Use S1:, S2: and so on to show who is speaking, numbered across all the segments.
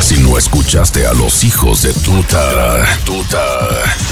S1: Si no escuchaste a los hijos de tuta, tuta,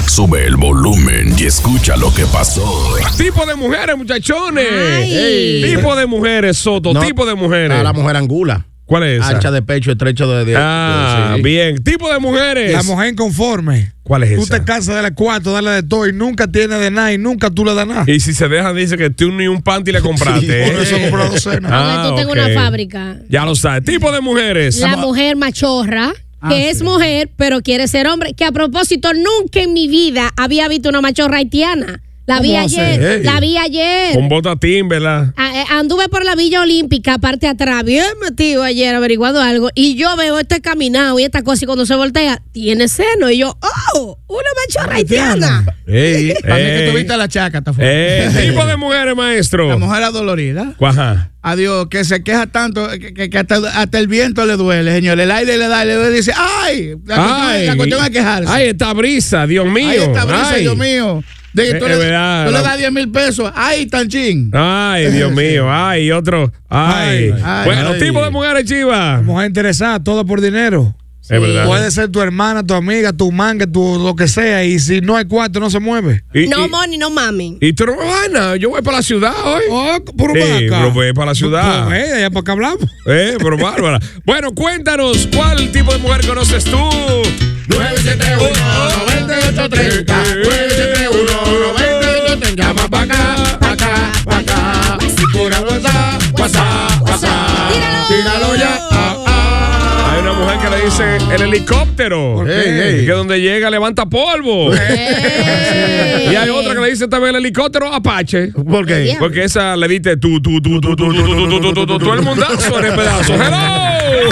S1: sube el volumen y escucha lo que pasó.
S2: Tipo de mujeres, muchachones.
S3: Ay.
S2: Tipo de mujeres, Soto.
S3: No,
S2: tipo de mujeres.
S4: Ah,
S3: A la mujer angula.
S2: ¿Cuál es esa?
S3: Ancha de pecho, estrecho de... de-
S2: ah,
S3: de- sí.
S2: bien. Tipo de mujeres.
S5: La mujer inconforme.
S2: ¿Cuál es
S5: Tú
S2: esa?
S5: te cansas de las cuatro, dale de todo y nunca tiene de nada y nunca tú le das nada.
S2: Y si se dejan, dice que tú ni un panty le compraste.
S5: Por eso
S2: ¿eh?
S5: compró la docena.
S2: Ah,
S6: tú tengo
S2: ok.
S6: una fábrica.
S2: Ya lo sabes. Tipo de mujeres.
S6: La mujer machorra,
S2: Ah,
S6: que es mujer, pero quiere ser hombre. Que a propósito, nunca en mi vida había visto una machorra haitiana. La vi
S5: ¿Cómo hace?
S6: ayer.
S2: Ey.
S6: La vi ayer.
S2: Con bota ¿verdad?
S6: A- eh, Anduve por la Villa Olímpica, parte atrás, bien metido ayer averiguando algo. Y yo veo este caminado y esta cosa. Y cuando se voltea, tiene seno. Y yo, ¡oh! ¡Una machorra haitiana!
S2: Ey,
S3: También que
S2: ey,
S3: tuviste a la chaca. esta fue.
S2: ey, tipo de mujeres, maestro.
S3: La mujer adolorida.
S2: Cuajá.
S3: Adiós, que se queja tanto que, que- que hasta, hasta el viento le duele, señor. El aire le da, le duele y dice, ¡ay! La cuestión,
S2: Ay,
S3: la cuestión es quejarse.
S2: Ay, esta brisa, Dios mío.
S3: Ay, esta brisa,
S2: Ay.
S3: Dios mío. De que
S2: Es-
S3: tú,
S2: es
S3: le,
S2: verdad,
S3: tú le
S2: la-
S3: das 10 mil pesos. ¡Ay, tanchín!
S2: Ay, Dios mío. Ay, otro. Ay.
S3: Ay, ay,
S2: bueno,
S3: ay.
S2: tipo de mujeres, chiva.
S5: Mujer interesada, todo por dinero.
S2: Es verdad.
S5: Puede ser tu hermana, tu amiga, tu manga, tu lo que sea. Y si no hay cuarto, no se mueve.
S2: Y,
S6: No,
S2: y-
S6: money, no mami.
S2: y tú no me vas, no, yo voy para la ciudad hoy.
S5: Oh, pero
S2: Sí,
S5: ven acá.
S2: pero ve para la ciudad.
S5: Pues, eh, allá para acá hablamos.
S2: Eh, pero bárbara. Bueno, cuéntanos, ¿cuál tipo de mujer conoces tú?
S3: 971-9830, 971-9830, llama pa' acá, pa' acá, pa' acá. Si pura WhatsApp, WhatsApp, WhatsApp,
S6: Tíralo.
S3: tíralo ya, ah, ah.
S2: Hay una mujer que le dice el helicóptero.
S3: qué? Ey, ey.
S2: Que donde llega levanta polvo.
S6: Ey.
S2: Y hay otra que le dice también el helicóptero Apache.
S3: ¿Por qué?
S6: Yeah.
S2: Porque esa le diste tú, tú, tú, tú, tú, tú, tú, tú, tú, tú, tú, tú, tú, el mundazo en el pedazo. ¡Hello!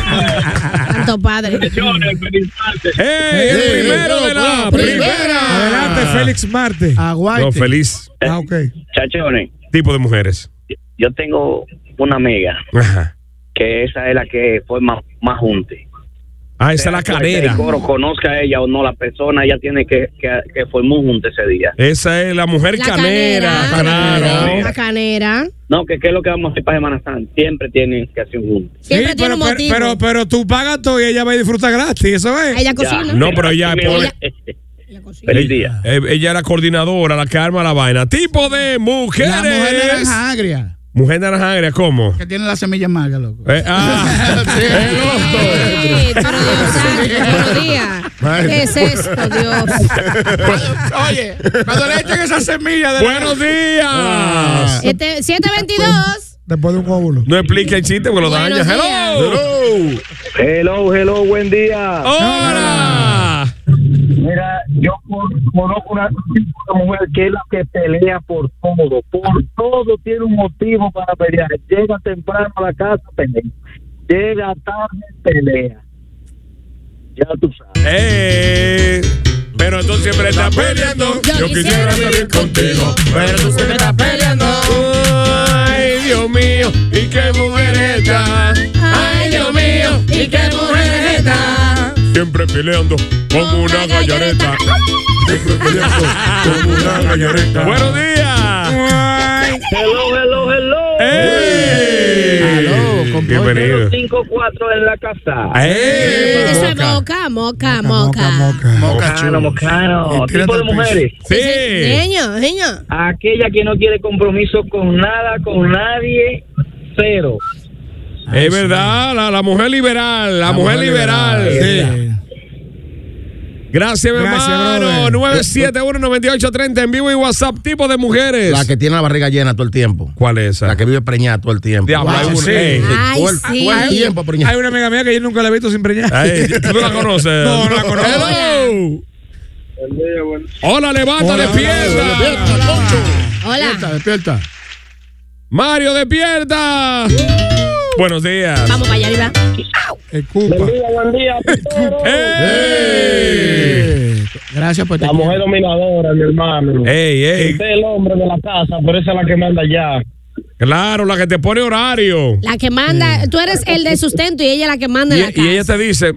S6: Santo padre.
S2: ¡Ey, el
S3: Ey,
S2: primero
S3: yo,
S2: de la
S3: primera.
S2: primera!
S5: Adelante,
S3: Ah.
S5: Félix Marte.
S3: Aguante.
S2: No, feliz
S5: Ah, ok.
S7: Chachones,
S2: tipo de mujeres.
S7: yo tengo una amiga
S2: Ajá.
S7: que esa es la que fue más, más junte.
S2: Ah, esa es la
S7: Que
S2: carrera.
S7: el coro conozca a ella o no la persona, ella tiene que, que, que formó un junte ese día.
S2: Esa es la mujer
S6: La
S2: canera.
S6: canera.
S2: Claro.
S6: La canera.
S7: No, que qué es lo que vamos a hacer para Semana Santa. Siempre tienen que hacer un junte.
S6: Siempre
S5: Sí,
S6: tiene
S5: pero,
S6: un
S5: pero,
S6: motivo.
S5: pero, pero tú pagas todo y ella va y disfruta gratis. Eso es.
S7: Ya.
S6: Ella cocina.
S2: No, pero ella es pobre.
S6: Ella cocina.
S7: Feliz día.
S2: Eh, Ella era coordinadora, la que arma la vaina. Tipo de mujeres.
S3: La mujer naranja agria,
S2: Mujer naranja agria, ¿cómo?
S3: que tiene las semillas amargas, loco.
S2: Eh, ah,
S3: Sí.
S2: el otro.
S6: Ey, pero Dios santo, buenos días. ¿Qué es esto, Dios?
S3: Oye, cuando le echen esas semillas de
S2: Buenos días.
S6: Este, 722.
S5: Ah, Después de un coágulo.
S2: No explique el chiste porque lo
S6: Buenos días.
S2: daña. Hello.
S7: Hello, hello, buen día.
S2: Hola.
S7: Mira, yo con- conozco una, una mujer que es la que pelea por todo. Por todo tiene un motivo para pelear. Llega temprano a la casa, pelea. Llega tarde, pelea. Ya tú sabes.
S2: Eh, pero tú siempre estás peleando.
S6: Yo quisiera vivir
S2: contigo, pero tú siempre estás peleando. Ay, Dios mío, y qué mujer es esta. Ay, Dios mío, y qué mujer es esta. Siempre peleando como una gallareta. Siempre peleando como una gallareta. Buenos días.
S7: Hello, hello, hello.
S2: ¡Ey!
S3: Aló, compadre.
S2: Bienvenido.
S7: 5-4 en la casa.
S2: ¡Ey!
S7: Eh,
S6: Eso es moca, moca, moca.
S7: Mocano, mocano. Tipo de mujeres.
S2: Sí.
S6: Niño, niño.
S7: Aquella que no quiere compromiso con nada, con nadie, cero.
S2: Es verdad, la, la mujer liberal, la, mujer liberal. Sí. Gracias, mi
S5: Gracias,
S2: hermano.
S5: brother.
S2: 971-9830 en vivo y WhatsApp. Tipo de mujeres.
S4: La que tiene la barriga llena todo el tiempo.
S2: ¿Cuál es esa?
S4: La que vive preñada todo el tiempo.
S2: Diablo, hay una- ey.
S6: Ay,
S4: todo el,
S6: sí.
S4: todo el tiempo preñada.
S5: Hay una amiga mía que yo nunca la he visto sin preñar.
S2: Ay, ¿Tú la conoces?
S5: No, no la conozco.
S2: Hello. Hola, levanta,
S3: Hola,
S2: despierta.
S6: Hola.
S3: Despierta, despierta.
S2: Mario, despierta. Buenos días.
S6: Vamos para allá arriba.
S5: Escupa.
S7: buen día.
S2: ¡Ey!
S3: Eh, Gracias por
S7: La mujer dominadora, mi hermano.
S2: ¡Ey, ey!
S7: Usted es el hombre de la casa, pero esa es la que manda ya.
S2: Claro, la que te pone horario.
S6: La que manda, tú eres el de sustento y ella la que manda
S2: Y,
S6: en la casa.
S2: y ella te dice,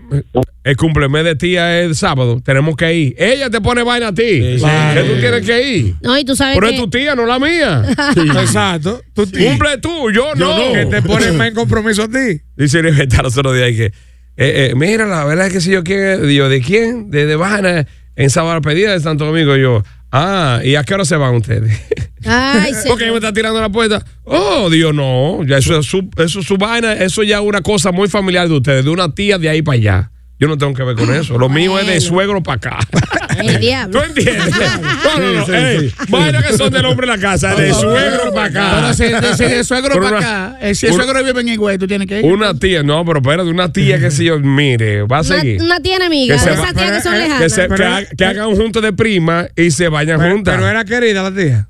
S2: el cumpleaños de tía es el sábado, tenemos que ir. Ella te pone vaina a ti. Que tú tienes que ir.
S6: No, y tú sabes
S2: Pero
S6: que
S2: es tu tía, no la mía.
S5: Exacto. Tú
S2: Cumple tú, yo no.
S5: que te pones más en compromiso a ti.
S2: Dice el inventario los otros días y que, eh, eh, mira, la verdad es que si yo quién es, digo, ¿de quién? De, de Bajana, en Sábado Pedida de Santo Domingo. Y Yo, ah, ¿y a qué hora se van ustedes?
S6: Ay, sí.
S2: Porque ella me está tirando la puerta. Oh, Dios, no. Ya eso es su, eso es su vaina, eso ya es una cosa muy familiar de ustedes, de una tía de ahí para allá. Yo no tengo que ver con eso. Lo mío es de suegro para acá.
S6: El
S2: ¿Tú
S6: diablo.
S2: entiendes? No, no, no.
S3: Sí, sí,
S2: ey,
S3: sí.
S2: vaina que son del hombre en la casa, de suegro para
S3: Pero
S2: acá.
S3: si, si el suegro
S2: Pero
S3: para
S2: una-
S3: acá, eh, si el
S2: una-
S3: suegro vive en Higüey, tú tienes que ir.
S2: Una tía, no, pero espérate, una tía que si yo, mire, va a
S6: Una,
S2: seguir.
S6: una tía enemiga,
S2: Que se
S6: de
S2: va-
S6: esas tías que son
S5: eh,
S6: lejanas.
S2: Que, se-
S5: Pero-
S2: que ha- que hagan un junto de prima y se vayan
S5: Pero,
S2: juntas.
S5: pero era querida la tía.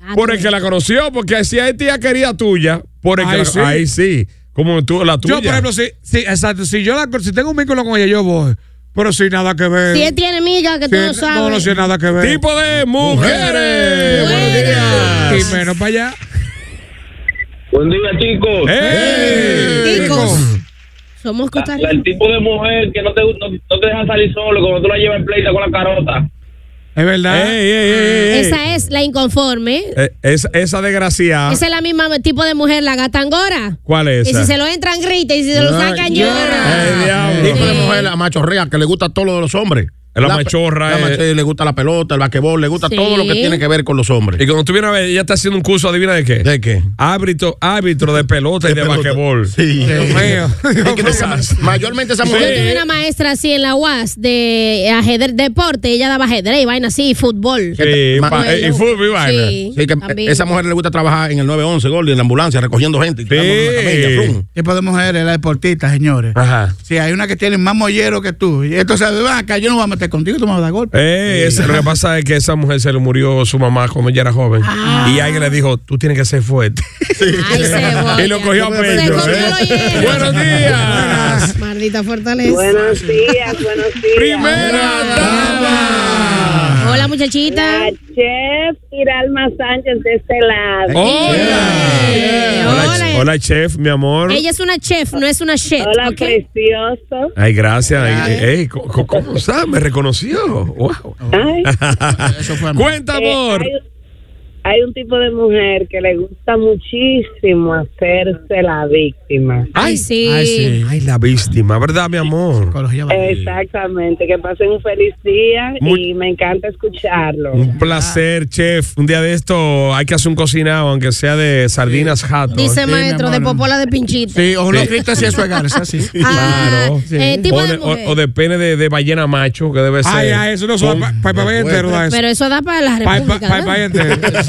S6: Ah,
S2: por
S6: tú-
S2: el que la conoció, porque si hay tía querida tuya, por el que
S5: Ahí
S2: la-
S5: sí.
S2: ahí sí. Como tú, la tuya.
S5: Yo, por ejemplo, si, si, exacto, si yo la, si tengo un vínculo con ella, yo voy. Pero si nada que ver.
S6: Si es tía enemiga, que
S5: Si
S6: tú no
S5: es- no, no,
S6: sabes.
S5: si es nada que ver.
S2: tipo de mujeres. Buenos
S5: y
S2: días.
S5: menos para allá.
S7: Buen día, chicos.
S2: ¡Ey!
S6: Chicos,
S7: La-
S6: somos
S7: la-
S6: costarricenses.
S7: el tipo de mujer que no te, no, no te deja salir solo cuando tú la llevas en pleita con la carota.
S5: Es verdad.
S2: Ey, ey, ey, ey.
S6: Esa es la inconforme.
S2: Eh, esa, esa desgracia.
S6: Esa es la misma tipo de mujer, la gatangora.
S2: ¿Cuál es?
S6: Y
S2: esa?
S6: si se lo entran, grita. Y si se lo sacan,
S2: Ey,
S6: llora.
S2: diablo.
S4: Tipo de mujer, la machorrea, que le gusta todo lo de los hombres.
S2: La machorra,
S4: la
S2: eh.
S4: macho- le gusta la pelota, el basquetbol, le gusta
S6: Sí.
S4: todo lo que tiene que ver con los hombres.
S2: Y cuando tú vienes a ver, ella está haciendo un curso, adivina de qué.
S4: ¿De qué?
S2: Árbitro, árbitro de pelota y de
S4: pelota.
S2: basquetbol.
S4: Sí.
S5: Dios mío.
S4: Es que esa- mayormente esa
S6: Yo
S4: mujer.
S6: tuve una maestra así en la UAS de ajedrez, deporte. Ella daba ajedrez y vaina así, y fútbol.
S2: Sí,
S4: Ma-
S2: pa- eh, y fútbol y vaina.
S6: Sí,
S4: Sí, que
S6: también.
S4: esa mujer le gusta trabajar en el 911, Gordy, en la ambulancia, recogiendo gente. y tirando una camilla, frum.
S3: Tipo de mujeres, las deportistas, señores.
S2: Ajá.
S3: Si hay una que tiene más mollero que tú. Y Entonces, van acá, yo no voy a meter contigo, tú me vas a dar golpe.
S2: Eh, ese- lo que pasa es que esa mujer se le murió su mamá cuando ella era joven. Y alguien le dijo, tú tienes que ser fuerte.
S6: Ay, cebolla.
S2: y lo cogió a
S6: Se
S2: pecho.
S6: comió
S2: ¿eh?
S6: los hielos.
S2: Buenos días.
S6: Maldita fortaleza.
S8: Buenos días, buenos días.
S2: Primera dama.
S6: Hola, muchachita.
S8: La chef Iralma Sánchez de este lado.
S2: Hola.
S6: Yeah.
S2: Hola,
S6: Hola.
S2: ch- hola, chef, mi amor.
S6: Ella es una chef, no es una chef.
S8: Hola,
S6: ¿ok?
S8: precioso.
S2: Ay, gracias. Ey, ey, co- co- ¿Cómo sabes? Me reconoció. Wow.
S8: Ay,
S3: Eso fue a mí.
S2: Cuenta,
S8: eh,
S2: amor.
S8: hay, un- hay un tipo de mujer que le gusta muchísimo hacerse la víctima.
S6: Ay, sí.
S3: Ay, sí.
S2: Ay, la víctima, ¿verdad, mi amor?
S3: Psicología barata.
S8: Exactamente, que pasen un feliz día
S2: Muy-
S8: y me encanta escucharlo.
S5: Ah.
S2: Un placer, chef. Un día de esto hay que hacer un cocinado, aunque sea de sardinas jato.
S6: Dice
S3: mi
S6: maestro, de
S3: amor.
S6: popola de pinchita.
S3: Sí, o unos gritos así a su garza, sí.
S6: Ah,
S2: Claro.
S6: eh, tipo
S2: o,
S6: de
S2: de, o-
S6: mujer.
S2: o de pene de, de ballena macho, que debe ser.
S5: Ay, ay, eso no son. Para el país entero da eso.
S6: Pero eso da para la
S5: Para
S6: república,
S5: el
S6: ¿verdad?
S5: país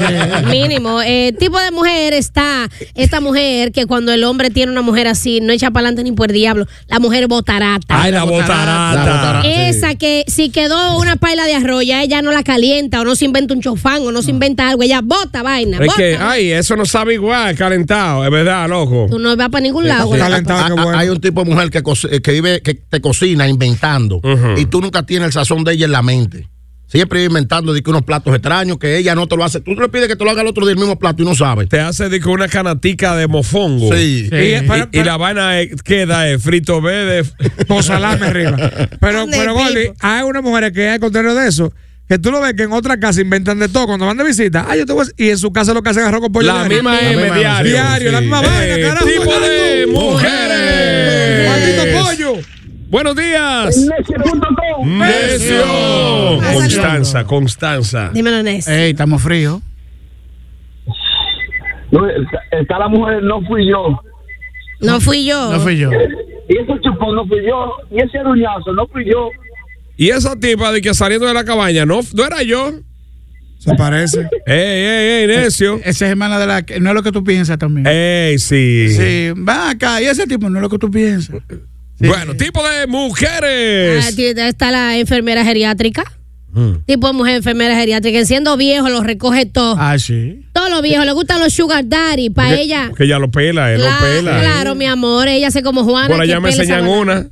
S5: entero.
S6: Mínimo. Eh, tipo de mujer está esta mujer que cuando el hombre tiene una mujer así, no echa para adelante ni por el diablo, la mujer botarata.
S2: Ay, ah, la
S4: La
S2: botarata.
S4: botarata.
S6: Esa que si quedó una paila de arroz, ya ella no la calienta o no se inventa un chofán o no, se inventa algo, ella bota vaina.
S2: Es
S6: bota.
S2: que, ay, eso no sabe igual, calentado, es verdad, loco.
S6: Tú no vas para ningún lado. güey.
S5: Calentado, qué
S4: Ah, ah,
S5: bueno.
S4: Hay un tipo de mujer que, co- eh, que vive, que te cocina inventando
S2: Ujú.
S4: y tú nunca tienes el sazón de ella en la mente. Siempre vive inventando de que unos platos extraños que ella no te lo hace. Tú le pides que te lo haga el otro día el mismo plato y no sabes.
S2: Te hace de que una canatica de mofongo.
S4: Sí.
S5: Y- pero-
S2: Y, y la vaina eh, queda eh, frito verde.
S5: Con salame arriba. Pero,
S6: Ande,
S5: pero Gordy,
S6: pipo.
S5: hay unas mujeres que, al contrario de eso, que tú lo ves que en otra casa inventan de todo cuando van de visita. Ay, yo te voy a- Y en su casa lo que hacen es arroz con pollo.
S2: La
S5: diario.
S2: misma
S4: La
S2: M,
S4: misma,
S2: diario.
S5: diario, la misma vaina,
S2: Eh,
S5: carajo.
S2: Tipo de
S5: Maldito.
S2: mujeres.
S5: ¡Maldito pollo!
S2: Buenos días.
S7: Leche.com.
S2: Necio. Constanza, Constanza.
S6: Dímelo, Nes.
S3: Ey, estamos fríos.
S7: No, está- Está la mujer, no fui yo.
S6: No fui yo.
S3: No fui yo.
S7: Y ese chupón no fui yo. Y ese aruñazo no fui yo.
S2: Y esa tipa de que saliendo de la cabaña, no, no era yo.
S3: Se parece.
S2: Ey, ey, ey, necio.
S3: Esa es hermana de la. que- No es lo que tú piensas también.
S2: Ey, sí.
S3: Sí, va acá. Y ese tipo no es lo que tú piensas.
S2: Bueno, tipo de
S6: Ah,
S2: mujeres.
S6: tí- está la enfermera geriátrica.
S2: Mm.
S6: Tipo de mujer enfermera geriátrica. que Siendo viejo, los recoge todo.
S3: Ah, sí.
S6: Todos los viejos. Le gustan los sugar daddy. Para
S2: Porque-
S6: ella.
S2: Que ya lo pela, él
S6: Cla-
S2: lo pela. ¿eh?
S6: Claro, mi amor. Ella hace como Juana.
S2: Por allá
S6: que
S2: me
S6: pela
S2: enseñan
S6: esa banana.
S2: una.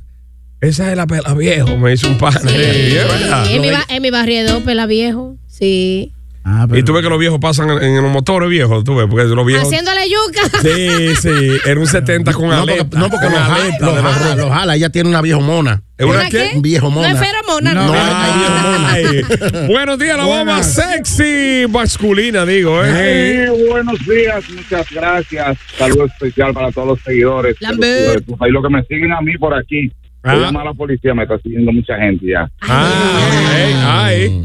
S2: Esa es la pela viejo, me hizo un pana. Sí, es verdad.
S6: Sí, en, mi ba- en mi barrio hay dos pela viejo. Sí.
S3: Ah,
S2: Y tú ves que los viejos pasan en, en los motores viejos, tú ves, porque los viejos.
S6: Haciéndole yuca.
S2: Sí, sí, era un 70 con
S4: No,
S2: aleta.
S4: porque, no, porque
S2: con
S4: lo jala,
S2: aleta
S4: lo
S2: de los
S4: jala,
S2: rojos.
S4: lo jala. Ella tiene una viejo mona.
S2: ¿Una qué?
S4: Viejo
S6: No
S4: mona.
S6: es feromona, no.
S4: No,
S2: Ay. Buenos días, la bomba sexy masculina, digo, ¿eh?
S8: Sí, buenos días, muchas gracias. Saludo especial para todos los seguidores. de los
S6: Lambert.
S8: hijos de puta. Y los que me siguen a mí por aquí.
S2: Ah.
S8: Voy a llamar a la policía, me está siguiendo mucha gente ya.
S2: Ah, ay, ay.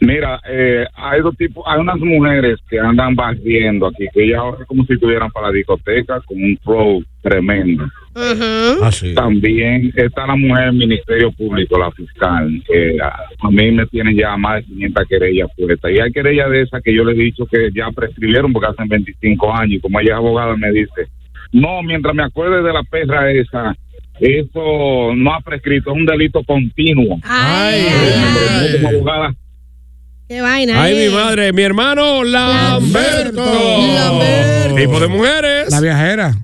S8: Mira, eh, hay dos tipos, hay unas mujeres que andan barriendo aquí, que ellas ahora como si estuvieran para la discoteca con un pro tremendo.
S4: Ah, sí.
S8: También está la mujer del Ministerio Público, la fiscal, que a, a mí me tienen ya más de 500 querellas puestas. Y hay querellas de esas que yo le he dicho que ya prescribieron porque hacen 25 años. Y como ella es abogada, me dice: No, mientras me acuerde de la perra esa, eso no ha prescrito, es un delito continuo.
S6: Ay,
S8: Pero
S6: ay,
S8: como-
S6: ay.
S8: como abogada,
S6: Qué vaina.
S2: Ay,
S6: eh.
S2: mi madre, mi hermano Lamberto.
S6: Lamberto.
S2: Tipo de mujeres.
S5: La viajera.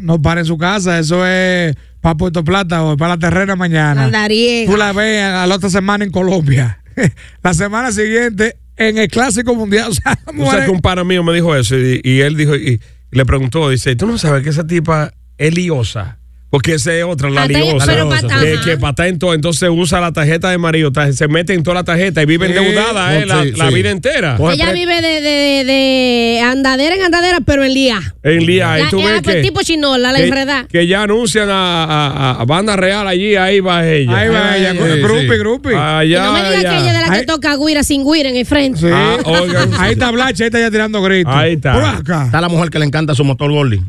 S5: No para en su casa. Eso es para Puerto Plata o para la terrena mañana.
S6: Andariega.
S5: Tú la ves a la otra semana en Colombia. la semana siguiente en el Clásico Mundial. O sea,
S2: Tú sabes
S5: mujeres-
S2: que un pana mío me dijo eso y, y él dijo y, y le preguntó, dice, ¿tú no sabes que esa tipa es liosa? Porque esa es otra, la
S6: Patá-
S2: liosa.
S6: Ah, pero patá,
S2: que,
S6: ajá.
S2: que patá en todo, entonces usa la tarjeta de marido, ta- se mete en toda la tarjeta y vive
S5: Sí,
S2: endeudada eh,
S4: no,
S2: la,
S4: sí,
S2: la
S4: sí.
S2: vida entera.
S4: Coge
S6: Ella
S4: pre-
S6: vive de, de, de, de andadera en andadera, pero en lía.
S2: En Lía, y
S6: La,
S2: tú
S6: era
S2: ves
S6: pues
S2: que,
S6: tipo chinola, la
S2: que-
S6: enredada.
S2: que ya anuncian a, a- a banda real allí, ahí va ella.
S5: Ahí va ella.
S4: sí,
S5: grupi,
S4: sí.
S5: grupi.
S6: Y
S2: Allá,
S6: no me digas
S2: allá.
S6: que ella es de la
S5: Ay.
S6: que toca guira sin guira en el frente.
S5: Sí.
S2: Ah, oigan.
S5: ahí está Blacha, ahí está ya tirando gritos.
S2: Ahí está.
S5: Por acá.
S4: Está la mujer que le encanta su motor Golding.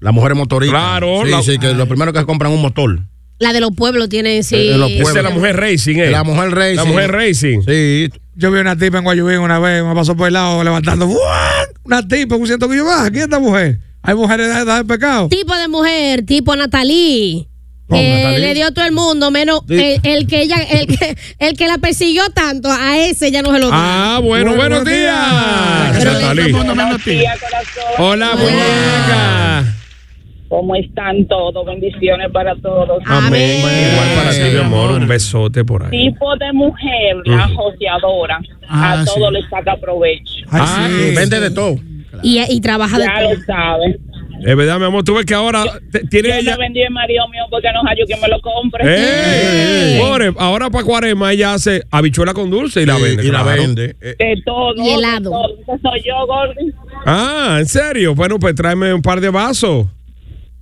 S4: La mujer es motorista.
S2: Claro,
S4: Sí,
S2: la-
S4: sí, que lo primero que se compran un motor.
S6: La de los pueblos tiene, sí.
S4: de los pueblos.
S2: Esa es la mujer racing, eh.
S4: La mujer racing.
S2: La mujer racing.
S4: Sí.
S5: Yo vi una tipa en Guayubín una vez, me pasó por el lado levantando. ¡guau! Una tipa, un ciento que yo baja. ¿Quién es esta mujer? Hay mujeres de edad de pecado.
S6: Tipo de mujer, tipo Natalie.
S4: Oh,
S6: que
S4: Natalie.
S6: le dio todo el mundo, menos
S4: Sí.
S6: el, el que ella, el que, el que la persiguió tanto, a ese ya no se lo dio.
S2: Ah, bueno,
S5: Bueno,
S2: buenos
S5: buenos
S6: Ah,
S2: días.
S5: días.
S2: Natalí.
S7: Buenos días, corazón.
S2: Hola, muñeca.
S7: ¿Cómo están todos? Bendiciones para todos.
S6: Amén.
S2: Igual para ti, mi amor, un besote por ahí.
S7: Tipo de mujer, la joseadora,
S3: Ah,
S7: a
S3: sí.
S7: todo le saca provecho.
S5: Ay,
S2: Ah,
S5: sí.
S4: Vende de todo.
S6: Y, y trabaja de
S7: Ya lo
S6: todo.
S7: sabes.
S2: Es verdad, mi amor, tú ves que ahora te- tiene
S7: Yo
S2: ella. ¡Eh!
S7: le vendí el marido mío porque no hay que me lo compre.
S2: ¡Ey! Pobre, ahora para Cuarema ella hace habichuela con dulce y la vende.
S4: Y la
S2: claro.
S4: vende. Eh,
S7: De todo.
S6: Y
S7: de
S6: helado.
S7: todo. Ese soy yo, Gordy.
S2: Ah, ¿en serio? Bueno, pues tráeme un par de vasos.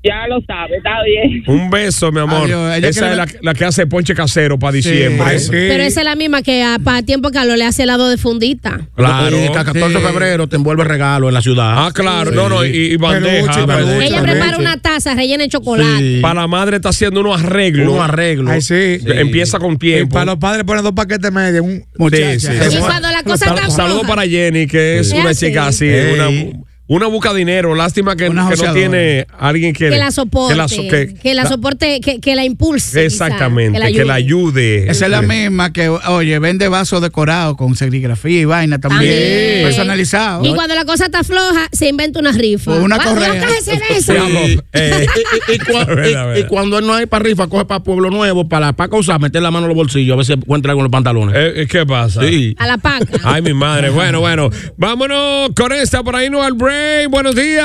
S7: Ya lo sabes, está bien.
S2: Un beso, mi amor.
S3: Adiós, ella
S2: Esa
S3: que
S2: es
S3: le-
S2: la, la que hace ponche casero para diciembre.
S5: Ay, sí.
S6: Pero esa es la misma que a- para tiempo que calor le hace helado de fundita.
S2: Claro.
S4: Y cada 14 de
S2: Sí.
S4: febrero te envuelve regalo en la ciudad.
S2: Ah, claro. No, no, y, y bandeja.
S5: Peluche,
S2: bandeja.
S5: peluche.
S6: Ella
S5: Mucha
S6: prepara
S5: leche.
S6: una taza rellena de chocolate.
S4: Sí.
S2: Para la madre está haciendo unos arreglos.
S4: Unos arreglos.
S5: Ay, sí.
S2: Sí. Empieza con
S5: Y
S2: tiempo.
S5: para los padres ponen dos paquetes medios. Un
S2: Sí, sí.
S6: Y cuando la cosa
S2: Sal-
S6: está
S2: saludo
S6: floja.
S2: para Jenny, que es
S6: Sí.
S2: una
S6: Es así.
S2: chica así,
S4: Ey.
S2: una, una busca dinero. Lástima que,
S3: Una
S2: que no
S3: joseadora.
S2: tiene alguien que,
S6: que la soporte.
S2: que
S6: Que la,
S2: la so- que- la-
S6: soporte, que, que la impulse. quizá,
S2: Exactamente, que la ayude.
S3: Esa es la misma que, oye, vende vasos decorados con serigrafía y vaina también.
S6: También.
S3: Personalizado.
S6: Y cuando la cosa está floja, se inventa una rifa.
S3: O una
S6: Va,
S3: correa.
S6: caja de cereza.
S2: Sí. Eh,
S4: Y, y- y cua-
S2: La verdad,
S4: y-
S2: verdad.
S4: y cuando no hay para rifa, coge para Pueblo Nuevo, para, para causar, meter la mano en los bolsillos, a ver si encuentra algo en los pantalones.
S2: eh, ¿Qué pasa?
S4: Sí.
S6: A la paca.
S2: Ay, mi madre. Bueno, bueno. Vámonos con esta por ahí, no al break. Buenos días.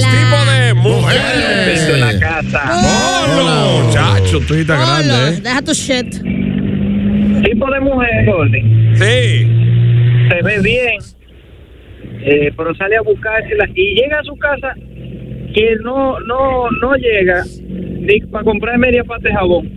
S2: Tipo de mujeres.
S8: en
S7: Eh.
S8: la casa.
S2: Hola, muchacho. Tú estás
S6: Hola,
S2: grande, eh.
S6: Deja tu shit.
S8: Tipo de mujer, Gordy.
S2: ¿eh? Sí.
S8: se ve bien, eh, pero sale a buscársela y llega a su casa que no no no llega ni para comprar media parte de jabón.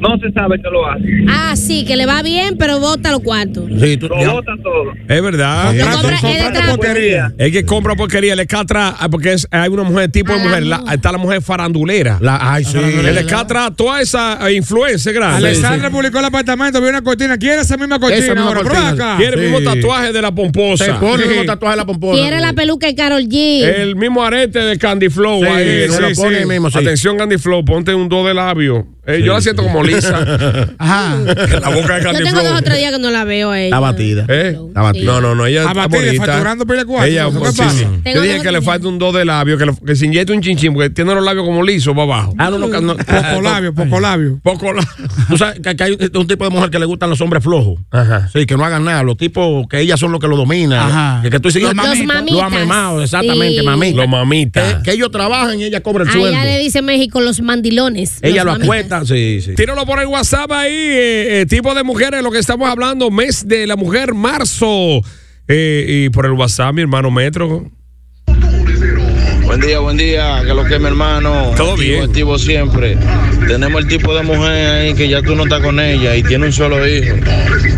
S7: no se sabe que lo hace.
S6: Ah, sí, que le va bien, pero bota los cuartos.
S5: Sí, tú- ya.
S7: Lo botan todo.
S2: Es verdad.
S5: Son
S2: Son
S5: compra-
S2: compra-
S5: es de
S2: son
S5: trapo.
S2: porquería. Es que compra porquería, le catra, ah, porque es- hay una mujer, tipo
S6: Ah,
S2: de mujer, la- está la mujer farandulera.
S4: ay, sí.
S2: Que le catra a toda esa eh, influencia grande.
S5: Alessandra publicó el apartamento, vio una cortina. ¿Quiere esa misma cortina?
S2: Esa misma
S5: ahora, por
S2: cortina.
S5: acá.
S2: Quiere el mismo tatuaje de la pomposa.
S5: Se pone el mismo
S4: tatuaje de la pomposa.
S6: Quiere la peluca de Carol G.
S2: El mismo arete de Candy Flow.
S4: Sí,
S2: ahí,
S4: se lo pone mismo, sí.
S2: Atención, Candy Flow, ponte un do de labio. Eh, Yo la siento como lisa.
S3: Ajá.
S2: la boca de
S6: Yo
S2: Candy
S6: tengo
S2: Flow.
S6: dos o tres días que no la veo a ella.
S4: batida.
S2: ¿Eh?
S4: La batida.
S2: No, no, no, ella está
S5: Abatida,
S2: bonita.
S5: facturando pila de cuartos,
S2: Ella,
S5: ¿qué
S2: pues, sí,
S5: pasa?
S2: sí.
S6: Tengo
S2: Yo dije
S6: dos
S2: que le
S6: niñas.
S2: falta un do de labio, que, le- que se inyecte un chinchín, porque tiene los labios como lisos para abajo.
S4: Ah, no, no, no.
S5: Poco labio, poco labio.
S2: Poco la...
S4: Tú sabes que, que hay un tipo de mujer que le gustan los hombres flojos. Ajá. Sí, que no hagan nada. Los tipos que ellas son los que lo dominan.
S3: Ajá.
S4: Que, que tú dices,
S6: Los
S4: yo-
S6: mamitas.
S4: Los mamados, exactamente,
S6: Sí.
S4: mamita.
S2: Los mamitas.
S4: Que, que ellos trabajan y ella cobra el
S6: Allá
S4: sueldo.
S6: le dice México los mandilones.
S4: Ella
S6: los
S4: lo
S6: mamitas.
S4: acuesta. Sí, sí.
S2: Tíralo por el WhatsApp ahí, eh, eh, tipo de mujeres, lo que estamos hablando, mes de la mujer, marzo. Eh, y por el WhatsApp, mi hermano Metro.
S9: Buen día, buen día, que lo que mi hermano.
S2: Todo
S9: Activo,
S2: bien.
S9: Activo siempre. Tenemos el tipo de mujer ahí que ya tú no estás con ella y tiene un solo hijo.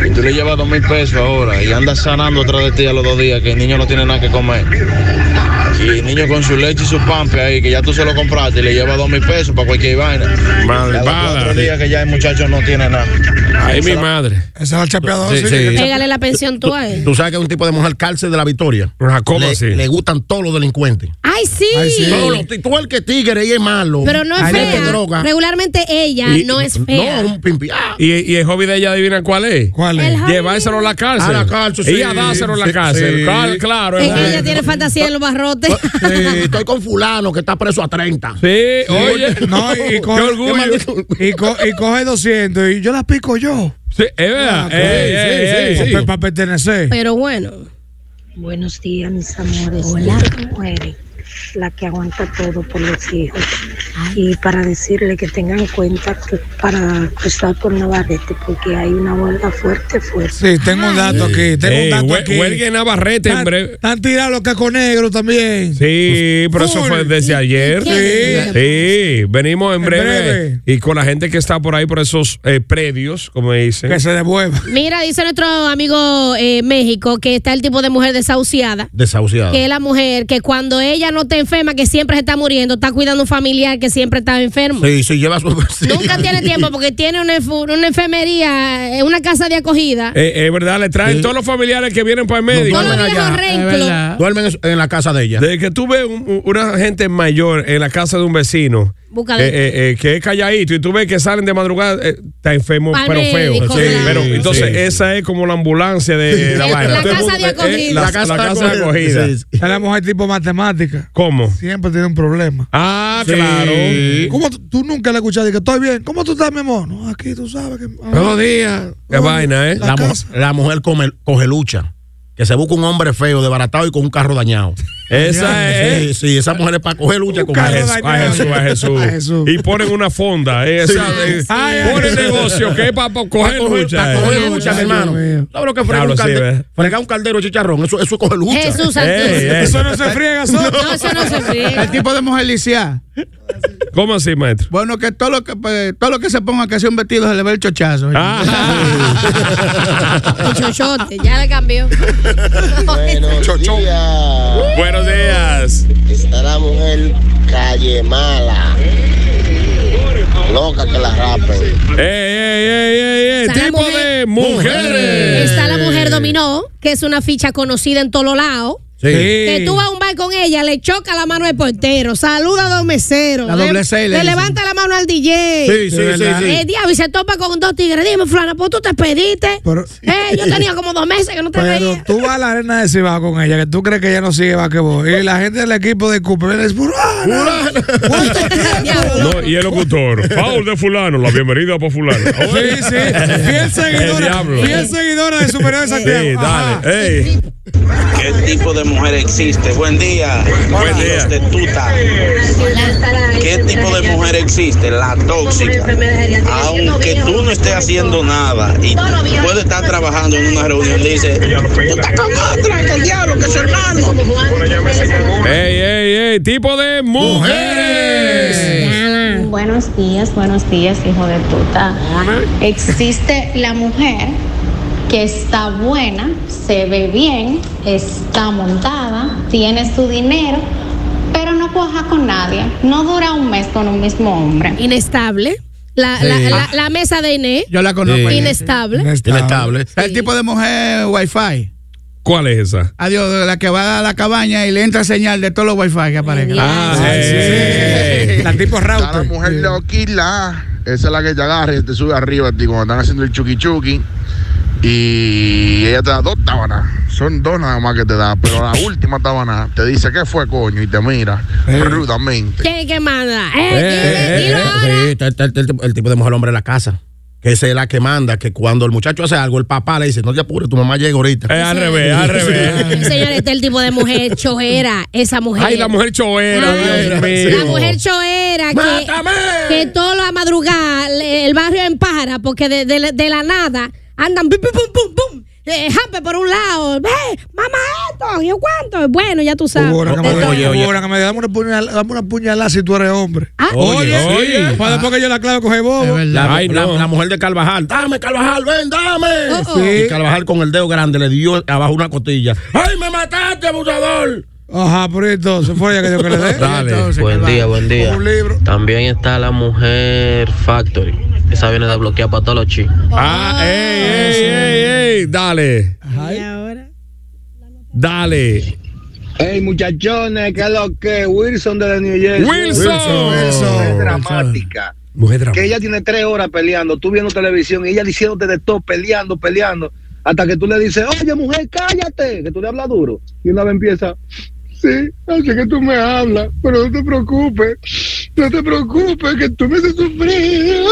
S9: Y tú le llevas dos mil pesos ahora y andas sanando atrás de ti a los dos días que el niño no tiene nada que comer. Y el niño con su leche y su pampe ahí que ya tú se lo compraste y le llevas dos mil pesos para cualquier vaina.
S2: Malvada.
S9: Otro día que ya el muchacho no tiene nada.
S2: Ahí mi madre.
S5: Esa es la chapeadora.
S4: Sí,
S5: sí.
S4: sí.
S6: Pégale la pensión tú a él.
S4: Tú sabes que es un tipo de mujer cárcel de la victoria.
S2: Jacoba,
S4: le,
S2: sí.
S4: le gustan todos los delincuentes.
S6: ¡Ay, sí!
S4: Todos los ti- todo el que es tigre y es malo.
S6: Pero no es
S4: Ay,
S6: fea.
S4: mete droga.
S6: Regularmente ella no es fea.
S4: No, es un pimpi. Ah,
S2: Y, y el hobby de ella, adivina cuál es.
S5: ¿Cuál es?
S6: El hobby.
S2: Llevárselo a la cárcel.
S4: A la cárcel, sí.
S2: Y a dárselo a la
S4: Sí,
S2: cárcel.
S4: sí.
S2: Claro, claro.
S6: es que
S2: es verdad.
S6: ella tiene fantasía en los barrotes.
S4: sí, estoy con fulano que está preso a 30.
S2: Sí, oye.
S5: No, y, y
S2: Qué
S5: coge,
S2: orgullo.
S5: Y, co- y coge 200 y yo la pico yo.
S2: Sí, es
S4: Ah,
S2: verdad. Ey, ey, ey, sí.
S5: Para pertenecer.
S6: Pero bueno.
S8: Buenos días, mis amores. Hola. Mujeres, la que aguanta todo por los hijos. Y para decirle que tengan en cuenta que para cruzar por Navarrete, porque hay una huelga fuerte, fuerte.
S5: Pues Sí, tengo un dato aquí. Tengo
S2: Ey,
S5: un dato
S2: hue-
S5: aquí.
S2: huelga en Navarrete en breve.
S5: Están tirados los cacos negros también.
S2: Sí, pero eso
S5: Full.
S2: fue desde ayer.
S6: ¿Qué?
S2: Sí, sí, venimos en
S5: En
S2: breve,
S5: breve.
S2: Y con la gente que está por ahí, por esos eh, predios, como dicen.
S5: Que se devuelva.
S6: Mira, dice nuestro amigo eh, México que está el tipo de mujer desahuciada.
S4: Desahuciado.
S6: Que es la mujer que cuando ella no está enferma, que siempre se está muriendo, está cuidando a un familiar que siempre está enfermo.
S4: Sí, sí, lleva su. sí.
S6: Nunca tiene tiempo porque tiene una, enf- una enfermería, eh, una casa de acogida.
S2: Eh, es verdad, le traen todos los familiares que vienen para el médico.
S6: Todos los
S4: duermen
S6: viejos
S4: allá.
S6: renclos.
S4: Duermen en su- en la casa de ella.
S2: Desde que tú ves un- un- una gente mayor en la casa de un vecino
S6: Búscale.
S2: eh, eh, eh, que es calladito y tú ves que salen de madrugada, eh, está enfermo,
S6: Pa'l
S2: pero feo.
S6: médico,
S2: Sí,
S6: claro.
S2: pero, entonces,
S4: sí.
S2: esa es como la ambulancia de la
S6: La
S2: vaina.
S6: casa
S2: Entonces,
S6: de acogida.
S2: eh, la, la casa, de acogida.
S4: Sí, sí.
S5: Está la mujer tipo matemática.
S2: ¿Cómo?
S5: Siempre tiene un problema.
S2: Ah, claro.
S5: ¿Cómo tú, tú nunca la escuchaste? Que estoy bien. ¿Cómo tú estás, mi amor? No, aquí tú sabes que. ah,
S2: Buenos días. Qué vaina, ¿eh?
S4: La, mu- la mujer come, coge lucha. Que se busca un hombre feo, desbaratado y con un carro dañado.
S2: Esa es.
S4: Sí, sí, esa mujer es para coger lucha con
S2: A
S5: carro
S4: él.
S2: Jesús, a Jesús, a Jesús.
S5: A Jesús.
S2: Y ponen una fonda. eh, esa, eh,
S5: Ay, ay.
S2: ponen negocio, que es para coger
S4: Para coger
S2: lucha.
S4: para
S2: eh.
S4: coger lucha, mi
S5: Ay, Dios
S4: hermano.
S5: mío.
S4: ¿Sabes lo que frega
S2: Claro,
S4: un
S2: sí,
S4: caldero?
S2: ¿ves?
S4: Fregar un caldero de chicharrón, eso, eso es coger lucha.
S6: Jesús
S2: Ey,
S6: Santísimo.
S2: ey.
S5: Eso no se friega, Soto.
S6: No, eso no se
S3: El
S6: friega.
S3: tipo de mujer lisiada.
S2: ¿Cómo así, maestro?
S3: Bueno, que todo lo que pues, todo lo que se ponga que sea un vestido se le ve el chochazo.
S2: Ah.
S6: El chochote, ya le cambió.
S2: Chochón. Buenos días.
S7: Está la mujer calle mala. Loca que la rapen.
S2: Ey, ey, ey, ey, ey,
S6: Está la
S2: Tipo
S6: mujer-
S2: de mujeres.
S6: Está la mujer dominó, que es una ficha conocida en todos lados.
S4: Sí.
S6: Que tú vas a un bar con ella, le choca la mano al portero, saluda a dos meseros,
S3: La
S6: le-
S3: doble seis, le
S6: le
S3: dicen.
S6: levanta la mano al DJ.
S4: Sí, sí, sí, sí.
S6: Eh, diablo, y se topa con dos tigres. Dime, Flana, pues tú te pediste.
S5: Pero-
S6: eh, yo tenía como dos meses que no te
S5: Pero
S6: veía.
S5: tú vas a la arena de Cibao con ella, que tú crees que ella no sigue basquetbol. Y la gente del equipo de Cooper le dice, "Fulana, ¿cuánto tiempo?"
S2: No, y el locutor. Paul de Fulano, la bienvenida para Fulano.
S5: Sí, sí. Fiel
S2: El
S5: seguidora,
S2: diablo.
S5: fiel seguidora de Superior de Santiago.
S2: Sí,
S5: Ajá.
S2: dale. Ey.
S9: ¿Qué tipo de mujer existe? Buen día.
S2: Buen
S9: Hijos
S2: día.
S9: de tuta. ¿Qué tipo de mujer existe? La tóxica. Aunque tú no estés haciendo nada y puedes estar trabajando en una reunión, dice, tú estás con otra, que el diablo, que su hermano.
S2: Ey, ey, ey, tipo de mujeres.
S6: Ah,
S5: Adelante.
S10: Buenos días, buenos días, hijo de puta. Existe la mujer que está buena, se ve bien, está montada, tiene su dinero, pero no cuaja con nadie. No dura un mes con un mismo hombre.
S6: Inestable. La, la-
S3: Sí.
S6: la- la mesa de Inés.
S3: Yo la conozco.
S6: Sí. Inestable.
S3: Inestable. El tipo de mujer wifi.
S2: ¿Cuál es esa?
S3: Adiós, de la que va a la cabaña y le entra señal de todos los wifi que aparezcan.
S2: Ah, sí.
S3: La tipo
S11: Está la mujer loquila. Esa es la que te agarra y te sube arriba a ti cuando están haciendo el chuki chuki. Y ella te da dos tábanas. Son dos nada más que te da. Pero la última tábana te dice, ¿qué fue, coño? Y te mira rudamente.
S6: ¿Quién que manda?
S4: Eh,
S6: Eh,
S4: eh, eh, sí, está- está el, el- el tipo de mujer hombre de la casa. Que esa es la que manda, que cuando el muchacho hace algo, el papá le dice, no te apures, tu mamá llega ahorita.
S11: Eh,
S2: Es al revés, al revés.
S6: Señores, este es el tipo de mujer chojera, esa mujer.
S2: Ay, la mujer chovera, Dios mío.
S6: La mujer choera que, que toda la madrugada le- el barrio empara porque de, de la- de la nada andan pum, pum, pum, pum, pum. Eh, jampe por un lado, ve, mamá esto, yo cuánto. Bueno, ya tú sabes.
S5: Hubo una que me
S6: De todo.
S5: dijo, hubo una que me dijo, dame una puñal- dame una puñalada si tú eres hombre.
S6: Ah.
S4: Oye, oye.
S5: Para después que yo la clave coge bobo.
S4: La, la- la mujer de Carvajal, dame
S2: Ah,
S4: Carvajal, ven, dame.
S6: Oh,
S5: Uh-oh.
S4: Y Carvajal con el dedo grande le dio abajo una costilla. ¡Ay, me mataste, abusador!
S5: Ajá, pero entonces fue ella que yo que le dé.
S12: Buen día, buen día.
S5: Como un libro.
S12: También está la mujer Factory. Esa viene de bloquear para todos los chicos.
S2: Ah, ey, ey, ey, ey, dale. Dale.
S13: Hey muchachones, ¿qué es lo que? Wilson de la New Jersey.
S2: Wilson. Wilson.
S13: Mujer dramática.
S2: Mujer dramática.
S13: Que ella tiene tres horas peleando, tú viendo televisión y ella diciéndote de todo, peleando, peleando, hasta que tú le dices, oye mujer, cállate, que tú le hablas duro. Y una vez empieza, sí, así que tú me hablas, pero no te preocupes, no te preocupes, que tú me haces sufrir.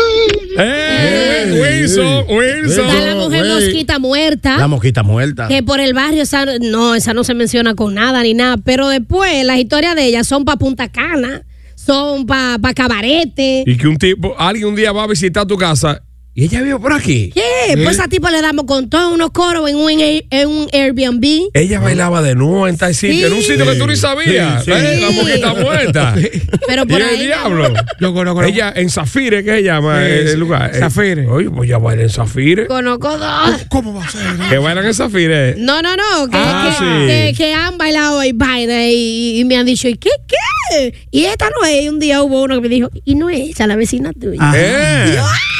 S2: Wilson, Wilson.
S6: Está la mujer mosquita muerta.
S4: La mosquita muerta.
S6: Que por el barrio, esa, no, esa no se menciona con nada ni nada. Pero después, las historias de ellas son para Punta Cana, son para pa Cabarete.
S2: Y que un tipo, alguien un día va a visitar tu casa y ella vive por aquí.
S6: ¿Qué? Pues a tipo le damos con todos unos coros en un, Air- en un Airbnb.
S2: Ella bailaba de nuevo en tal sitio, en un sitio que tú ni
S5: Sí,
S2: sabías.
S5: sí.
S2: ¿eh? La mosquita muerta.
S6: Pero
S2: y
S6: por
S2: el
S6: ahí.
S2: diablo.
S5: Yo conozco la-
S2: Ella, en Zafire, que ella llama
S5: Sí,
S2: el
S5: sí.
S2: lugar. Eh,
S5: Zafire.
S2: Oye, pues ya baila en Zafire.
S6: Conozco dos.
S5: ¿Cómo va a ser?
S2: Que bailan en Zafire.
S6: No, no, no. Que,
S2: Ah,
S6: que,
S2: sí.
S6: que- que han bailado y vaina y, y me han dicho, ¿y qué? ¿Qué? Y esta no es. Y un día hubo uno que me dijo, y no es esa, la vecina tuya.
S5: Ajá. Eh.
S6: Y yo, ¡ay,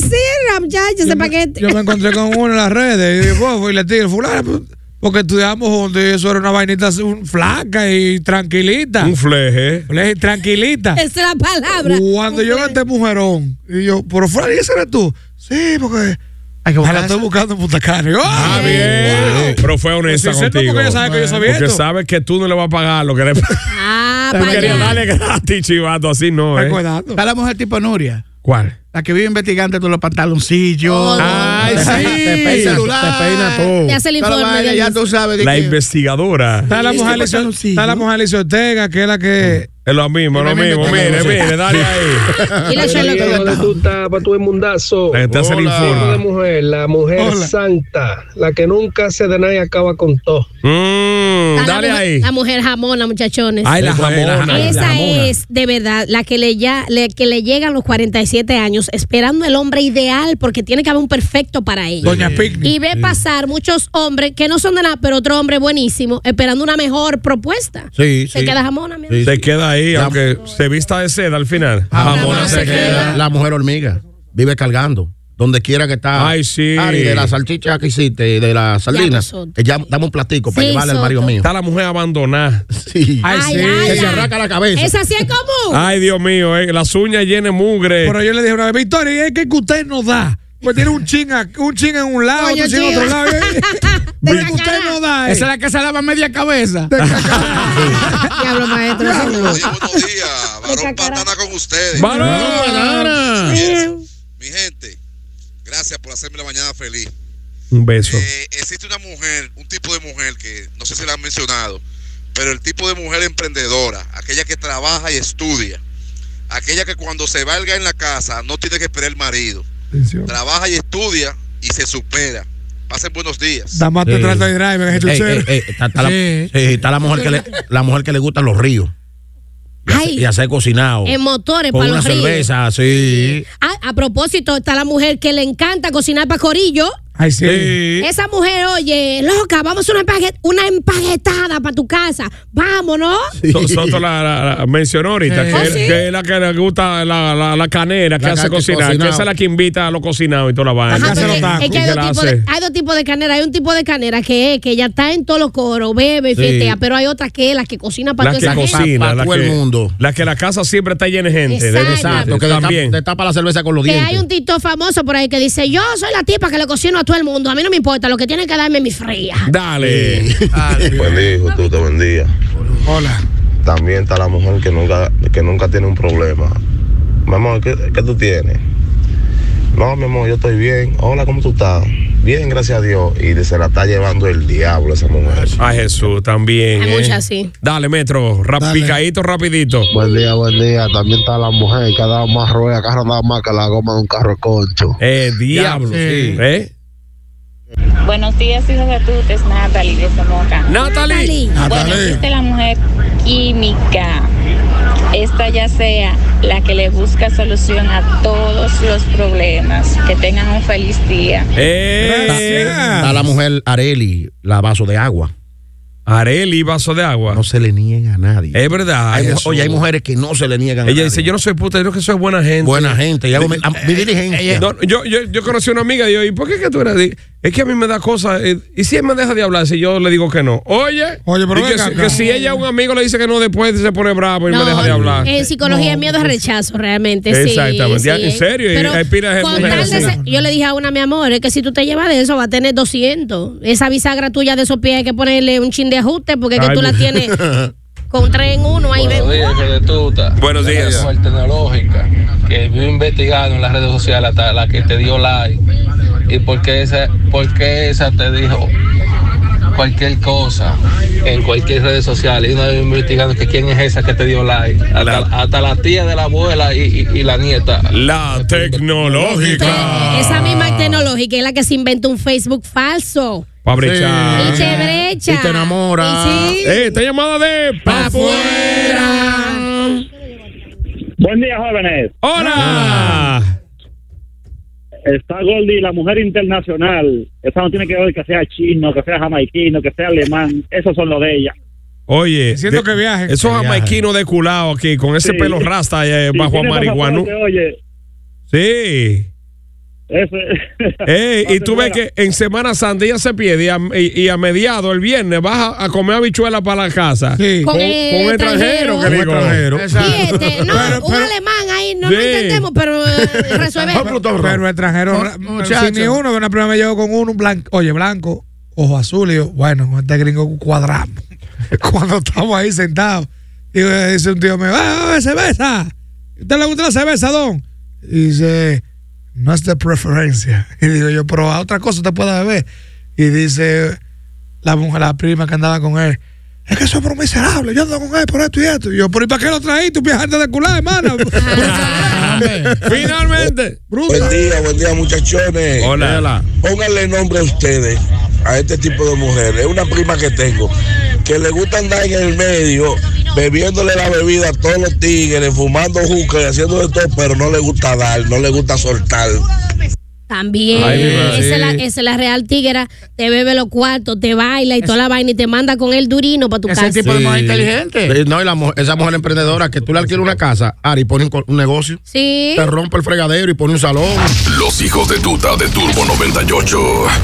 S6: vecina, muchacho, ese paquete!
S5: Yo me encontré con uno en las redes y, dije, "Bobo", y le dije, fulano, pues, porque estudiamos juntos y eso era una vainita así, un- flaca y tranquilita.
S2: Un fleje.
S5: Fleje, tranquilita.
S6: Esa es la palabra.
S5: Cuando yo este mujerón, y yo, pero fulano, ¿y ese eres tú? Sí, porque... Ah, la estoy buscando en Punta Cana. Y yo,
S2: Ah,
S5: "Ah,
S2: bien.
S5: wow".
S2: Pero fue honesta
S5: Pues sí, sé, no,
S2: contigo.
S5: porque ella sabe que yo sabía
S2: Porque
S5: esto.
S2: sabe que tú no le vas a pagar lo que le
S6: Ah,
S2: Tú
S6: pa'
S2: querías
S6: allá.
S2: darle gratis, chivato. Así no, ¿eh?
S3: Está la mujer tipo Nuria.
S2: ¿Cuál?
S3: La que vive investigando todos los pantaloncillos.
S2: Ay, sí.
S3: El celular.
S2: Te peina todo.
S6: Oh, Te hace el
S3: Toda la
S6: informe
S3: vaina,
S6: del
S3: Ya
S6: mismo.
S3: tú sabes. de
S2: La
S3: que-
S2: investigadora.
S5: Está la mujer Alicia- está la mujer Alicia Ortega, que es la que...
S2: Es lo mismo, lo mismo. Mire, mire, dale ahí.
S5: Y la Sherlock
S14: Diego,
S5: Holmes.
S14: ¿dónde tú estás pa' tu mundazo?
S2: La gente hace el
S14: Hola.
S2: informe.
S14: Tipo de mujer, la mujer
S2: Hola.
S14: santa, la que nunca se de nada y acaba con todo.
S2: Mm,
S6: Está la
S2: dale
S6: mujer-
S2: ahí.
S6: La mujer jamona, muchachones.
S2: Ay, la jamona. Ay, la
S6: Esa
S2: jamona.
S6: es, de verdad, la que le, ya, le- que le llega a los 47 años esperando el hombre ideal porque tiene que haber un perfecto para ella.
S5: Doña Picnic.
S6: Y ve pasar muchos hombres que no son de nada, pero otro hombre buenísimo, esperando una mejor propuesta.
S2: Sí,
S6: Se queda jamona, mi
S2: Sí, Se queda ahí, aunque se vista de seda al final. Jamona se queda.
S4: La mujer hormiga. Vive cargando. Donde quiera que está.
S2: Ay, sí.
S4: Ari, de la salchicha que hiciste, de la sardina.
S6: Soto.
S4: eh, ya, dame un platico para
S6: Sí,
S4: llevarle al marido
S6: Soto.
S4: mío.
S2: Está la mujer abandonada.
S4: Sí.
S2: Ay,
S6: Ay,
S2: sí.
S6: ay,
S4: Que se
S6: ay.
S4: arranca la cabeza.
S6: Esa sí es común.
S2: Ay, Dios mío, eh, las uñas llenas de mugre.
S5: Pero yo le dije una vez, Victoria, ¿y es que que usted nos da? Pues tiene un chin, a- un chin en un lado,
S6: Coño,
S5: otro chin en otro
S6: tío.
S5: lado. ¿eh? Pero usted no da. eh.
S3: Esa es la que se lava media cabeza.
S6: Diablo, maestro. eso no.
S15: varón patana con ustedes.
S2: ¡Varón!
S15: Mi
S2: ¡Varón!
S15: gente, mi gente, gracias por hacerme la mañana feliz.
S2: Un beso.
S15: Eh, existe una mujer, un tipo de mujer que no sé si la han mencionado, pero el tipo de mujer emprendedora, aquella que trabaja y estudia, aquella que cuando se valga en la casa no tiene que esperar el marido, trabaja y estudia y se supera. Pasen buenos días.
S5: Dama te trata de driver, es
S4: Ey,
S5: chuchero.
S4: ey, ey, está, está la,
S5: Sí.
S4: sí, está la mujer que le, la mujer que le gustan los ríos.
S6: Ay,
S4: y hacer cocinado.
S6: en motores
S4: Con
S6: para
S4: una
S6: los ríos.
S4: cerveza,
S6: Ah,
S4: sí.
S6: A, a propósito, está la mujer que le encanta cocinar para corillo.
S5: Ay, sí.
S6: Esa mujer, oye, loca, vamos a una, empague- una empaguetada para tu casa. Vámonos.
S2: So- Soto la, la- la mencionó ahorita,
S5: Sí.
S2: que,
S5: Oh,
S2: es-
S5: sí.
S2: que es la que le gusta la, la- la canera que
S5: La
S2: hace
S5: ca- que
S2: cocinar, que
S5: cocinado.
S2: esa es la que invita a los cocinados y toda la vaina.
S6: Ajá,
S2: Y
S6: pero es- es que hay
S2: que
S6: dos,
S2: la
S6: tipos
S2: hace.
S6: de, hay dos tipos de canera. Hay un tipo de canera que es que ya está en todos los coros, bebe y
S2: Sí.
S6: fiestea, pero hay otras que es la que cocina para
S2: La
S6: toda
S2: que
S6: esa gente.
S2: cocina, la
S4: todo el
S2: que-
S4: mundo.
S2: la que la casa siempre está llena de gente. de-
S4: Exacto, que
S2: también.
S4: también. Te tapa la cerveza con los
S6: Que
S4: dientes.
S6: hay un tito famoso por ahí que dice, yo soy la tipa que le cocino a todo el mundo, a mí no me importa, lo que tienen que darme es mi fría.
S2: Dale.
S16: Buen día, hijo, tú te bendiga. Hola. También está la mujer que nunca, que nunca tiene un problema. Mi amor, ¿qué, qué tú tienes? No, mi amor, yo estoy bien. Hola, ¿cómo tú estás? Bien, gracias a Dios. Y se la está llevando el diablo esa mujer.
S2: A Ah, Jesús también.
S16: Hay
S2: ¿eh?
S16: muchas, sí.
S2: Dale, metro. rap- Picadito, rapidito.
S16: Buen día, buen día. También está la mujer que ha dado más rueda, carro nada más que la goma de un carro de concho.
S2: Eh, diablo. sí. ¿Eh?
S17: Buenos días, hijos de tutes, Natalie de Moca.
S2: Natalie.
S17: Bueno,
S2: Natalie.
S17: existe la mujer química. Esta ya sea la que le busca solución a todos los problemas. Que tengan un feliz día.
S2: Eh,
S4: Está, está la mujer Areli, la vaso de agua.
S2: Areli, vaso de agua. No
S4: se le niega a nadie.
S2: Es verdad.
S4: Hay mu-
S2: Jesús.
S4: oye, hay mujeres que no se le niegan
S2: Ella
S4: a nadie.
S2: dice, yo no soy puta, yo creo que soy buena gente.
S4: Buena gente, y hago mi- a- mi
S2: Eh,
S4: diligencia.
S2: eh, no, yo, yo, yo conocí a una amiga y yo, ¿y por qué que tú eres? así?" Es que a mí me da cosas. eh, ¿Y si él me deja de hablar? Si yo le digo que no. Oye,
S5: Oye, pero
S2: y que,
S5: venga
S2: si-
S5: acá.
S2: que si ella a un amigo le dice que no, después se pone bravo y me deja de hablar. pues.
S6: En psicología el miedo es rechazo, realmente. eh, sí,
S2: Exactamente. Ya,
S6: sí,
S2: en
S6: es.
S2: serio, y
S6: Pero
S2: hay pilas de
S6: con tal
S2: mujeres
S6: de
S2: así.
S6: ser- yo le dije a una, mi amor, es que si tú te llevas de eso, va a tener 200. Esa bisagra tuya de esos pies hay que ponerle un chin de ajuste porque es que
S17: Ay,
S6: tú la
S17: mi-
S6: tienes con tres en uno. Ahí ven.
S17: Buenos días, hijo de tuta.
S2: Buenos
S17: días. La mujer tecnológica que vio investigando en las redes sociales hasta la que te dio like. ¿Y por qué esa, por qué esa te dijo cualquier cosa en cualquier red social? Y una vez investigando que quién es esa que te dio like. Hasta hasta la, tía de la abuela y, y- y la nieta.
S2: La tecnológica.
S6: Esa misma tecnológica es la que se inventa un Facebook falso.
S2: Pa' brechar.
S6: Y te brecha.
S2: Y te enamora.
S6: Y sí.
S2: Eh, esta llamada de Pa' afuera.
S18: Buen día, jóvenes.
S2: Hola.
S18: Está Goldie, la mujer internacional. Esa no tiene que ver que sea chino, que sea jamaiquino, que sea alemán. Esos son los de ella.
S2: Oye,
S18: Siento que viaje.
S2: viaje. Esos
S18: Que viaje.
S2: jamaiquinos de culao aquí, con ese
S18: Sí.
S2: pelo rasta eh,
S18: Si
S2: bajo a
S18: tiene
S2: marihuana.
S18: pasaporte, Oye,
S2: Sí.
S18: ese-
S2: Ey, y
S18: Pase
S2: tú ves
S18: fuera.
S2: que en Semana Santa ella se pierde y a, y- y a mediados, el viernes, vas a, a comer habichuela para la casa. Con,
S6: Con
S2: con
S6: el
S2: un
S6: extranjero.
S2: extranjero,
S6: Con
S2: que digo.
S6: Y este, no, un alemán ahí, no lo
S5: Sí.
S6: intentemos, pero eh, resuelve.
S5: Pero extranjero, ra-
S3: muchacho.
S5: sin ni uno, que una primera vez llegó con uno, un blanco, oye, blanco, ojo azul, y yo, bueno, con este gringo cuadramos. Cuando estamos ahí sentados, digo, eh, dice un tío mío, ¡ah, ah, cerveza! ¿Usted le gusta la cerveza, don? Y dice, no es de preferencia. Y digo yo, pero a otra cosa usted puede beber. Y dice la mujer, la prima que andaba con él, es que soy por un miserable, yo ando con él por esto y esto. Y yo, pero ¿y para qué lo traíste? Un viajante de culá, hermano.
S2: Finalmente.
S19: Buen día, buen día muchachones.
S2: Hola.
S19: Pónganle nombre a ustedes, a este tipo de mujeres. Es una prima que tengo, que le gusta andar en el medio, bebiéndole la bebida a todos los tigres, fumando juca y haciendo de todo, pero no le gusta dar, no le gusta soltar.
S6: También.
S19: Ay, mi madre.
S6: esa, es la, esa es la real tiguera. Te bebe los cuartos, te baila y toda la vaina y te manda con el durino para tu casa.
S4: Sí. Sí, No, y la mujer- esa mujer emprendedora que tú le alquilas una casa, Ari, pone un, co- un negocio.
S6: Sí.
S4: Te rompe el fregadero y pone un salón.
S1: Los hijos de tuta de Turbo 98.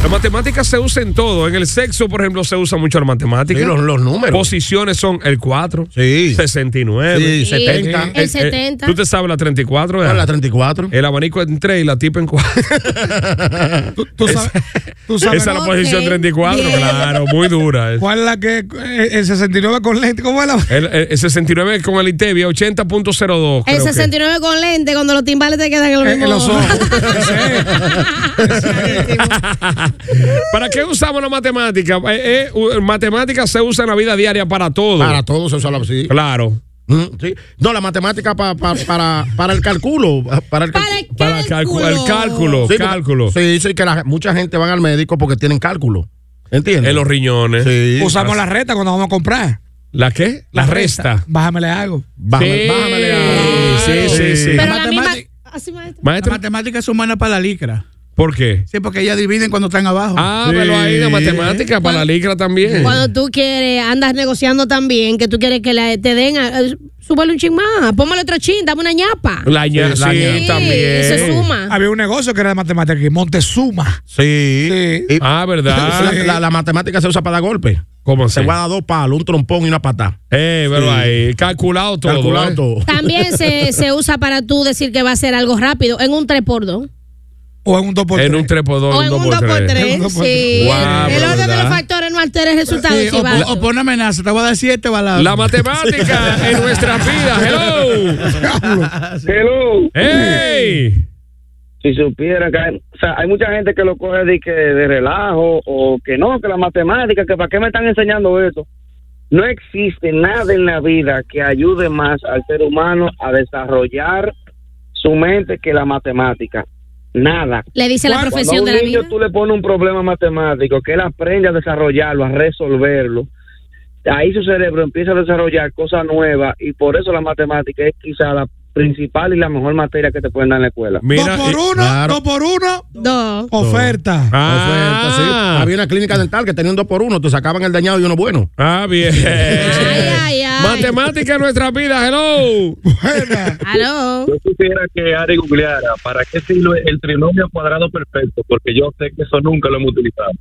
S2: La matemática se usa en todo. En el sexo, por ejemplo, se usa mucho la matemática.
S4: Sí, los- los números.
S2: Posiciones son el 4, 69,
S4: Sí, Sí, 70. el
S2: Eh, eh,
S4: 70.
S2: Tú te sabes Ah, la 34, ¿verdad?
S4: La 34.
S2: El abanico en 3 y la tipa en 4. tú, sabes,
S5: sabes-
S2: Esa es la
S5: Ok.
S2: posición 34,
S5: Bien.
S2: claro, muy dura.
S5: ¿Cuál es la que eh, el 69 con lente? ¿Cómo es la?
S2: El, el- el 69 con el ITEVIA, 80.02.
S6: El
S2: creo que.
S6: 69 con lente, cuando los timbales te quedan Eh, en los, mismos ojos.
S2: ¿Para qué usamos la matemática? Eh, eh, u- matemática se usa en la vida diaria para todo.
S4: Para todo se usa la sí.
S2: Claro.
S4: Mm, sí. No, la matemática pa- pa- para, para el cálculo. Para el, calcu-
S2: Para el cálculo. el cálculo,
S4: Sí, porque-
S2: cálculo.
S4: Sí, sí, que la- mucha gente van al médico porque tienen cálculo. ¿Entiendes?
S2: En los riñones.
S4: Sí.
S2: Ah,
S5: Usamos la reta cuando vamos a comprar.
S2: ¿La qué? La resta.
S5: Bájame le hago.
S2: Bájame- bájame le hago. Sí, sí, sí.
S6: Pero
S3: La
S6: la misma.
S3: matemática-
S6: Así, maestro.
S3: Las matemáticas son buenas para la licra.
S2: ¿Por qué?
S3: Sí, porque ellas dividen cuando están abajo.
S2: Ah, pero ahí la matemática para la licra también.
S6: Cuando tú quieres, andas negociando también, que tú quieres que la- te den, eh, súbale un chin más, póngale otro chin, dame una ñapa.
S2: La ña, la ña
S6: Sí,
S2: también.
S6: se suma.
S5: Había un negocio que era de matemáticas, que Montezuma.
S4: Sí.
S2: ah, ¿verdad?
S4: La, la- la matemática se usa para dar golpes.
S2: ¿Cómo
S4: Se
S2: así?
S4: va a dar dos palos, un trompón y una patada.
S2: Eh, pero ahí, calculado todo.
S4: Calculado
S2: ¿eh?
S4: todo.
S6: También se, se usa para tú decir que va a ser algo rápido, en un 3x2.
S5: O en un 2x3.
S2: En un 3x2,
S6: O en un 2x3. Sí.
S2: Guau,
S6: el orden de los
S2: ¿verdad?
S6: factores no altera Este el resultado.
S3: Sí, o,
S6: chivato.
S3: o pon amenaza, te voy a dar siete baladas.
S2: La matemática en nuestra vida. Hello.
S20: Hello.
S2: Hey.
S20: Si supiera que hay, o sea, hay mucha gente que lo coge de, que de relajo o que no, que la matemática, que para qué me están enseñando eso. No existe nada en la vida que ayude más al ser humano a desarrollar su mente que la matemática. Nada.
S6: Le dice la
S20: Cuando
S6: profesión
S20: a un
S6: de la
S20: niño
S6: vida.
S20: tú le pones un problema matemático, que él aprende a desarrollarlo, a resolverlo. Ahí su cerebro empieza a desarrollar cosas nuevas y por eso la matemática es quizá la principal y la mejor materia que te pueden dar en la escuela.
S2: Mira, Dos por
S4: eh, uno, claro. dos
S5: por uno.
S6: Dos.
S5: Oferta.
S2: Ah.
S4: Oferta, sí. Había una clínica dental que tenía un 2 por 1 te sacaban el dañado y uno bueno.
S2: Ah, bien. Matemática en nuestra vida. Hello.
S6: Aló.
S20: Yo quisiera que Ari googleara para qué sirve el trinomio cuadrado perfecto, porque yo sé que eso nunca lo hemos utilizado.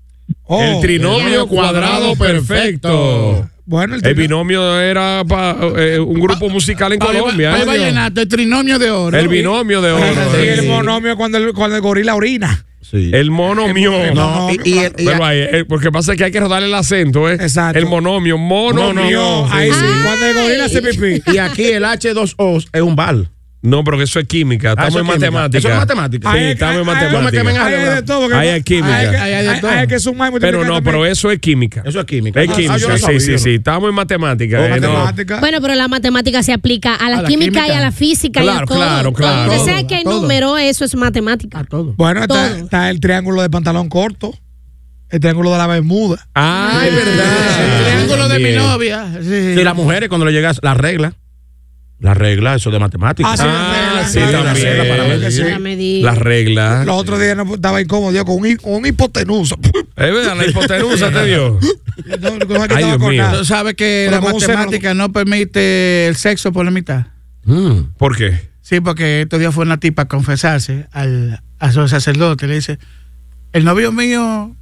S7: Oh.
S2: el trinomio cuadrado perfecto.
S5: Bueno,
S2: el, binomio era para un grupo musical en Colombia.
S3: Ahí
S2: ¿eh?
S3: va llenando el trinomio de oro.
S2: El binomio de oro.
S5: Y el
S2: sí.
S5: monomio cuando el, cuando el gorila orina.
S2: El monomio.
S5: No, y- y- y-
S2: Pero ahí, eh, porque pasa que hay que rodarle el acento, ¿eh? Exacto. El monomio, monomio.
S4: Monomio,
S2: Sí,
S4: ahí
S2: sí.
S5: Cuando el gorila hace pipí.
S4: Y aquí el H2O es un bal.
S2: No, pero eso es química.
S4: Ah,
S2: Estamos
S4: eso
S2: en
S4: es química.
S2: matemática.
S4: Eso es matemática.
S2: Sí,
S4: Ahí-
S2: estamos en
S4: ahí- ahí-
S2: matemática.
S4: ahí- ahí
S5: hay de todo, porque-
S2: Ahí hay química.
S5: hay que- hay- hay de todo. hay que sumar y multiplicar
S2: Pero no,
S5: también.
S2: pero eso es química.
S4: Eso es química.
S2: Es
S4: Ah,
S2: química.
S4: yo no
S2: sí,
S4: sabía,
S2: sí,
S4: ¿no?
S2: sí. Estamos en matemática. eh, no.
S6: Bueno, pero la matemática se aplica a la,
S2: la
S6: química, y
S2: química.
S6: a la física y
S2: Claro,
S6: a todo.
S2: claro, claro.
S6: Donde
S2: Todo,
S6: sea que hay número, eso es matemática. A todo.
S5: Bueno, está, está el triángulo de pantalón corto, el triángulo de la bermuda.
S2: Ah,
S3: es verdad. El triángulo de mi
S4: También.
S3: novia. Sí.
S4: Sí, las mujeres cuando le llegas la regla. La regla, eso de matemáticas.
S5: Ah, sí, la regla,
S2: sí,
S5: claro,
S2: también.
S5: la regla para medir.
S2: Sí.
S5: Para medir.
S2: Las reglas.
S5: Los otros días no- estaba incómodo, yo con un, hi- con un hipotenusa.
S2: Es verdad, la hipotenusa te dio.
S5: No, no, no,
S2: Ay, Dios
S5: con
S2: mío.
S5: nada.
S3: Tú sabes que
S5: Pero
S3: la
S5: con un seno,
S3: matemática no permite el sexo por la mitad.
S2: ¿Por qué?
S3: Sí, porque estos días fue una tipa a confesarse al, a su sacerdote. Le dice, el novio mío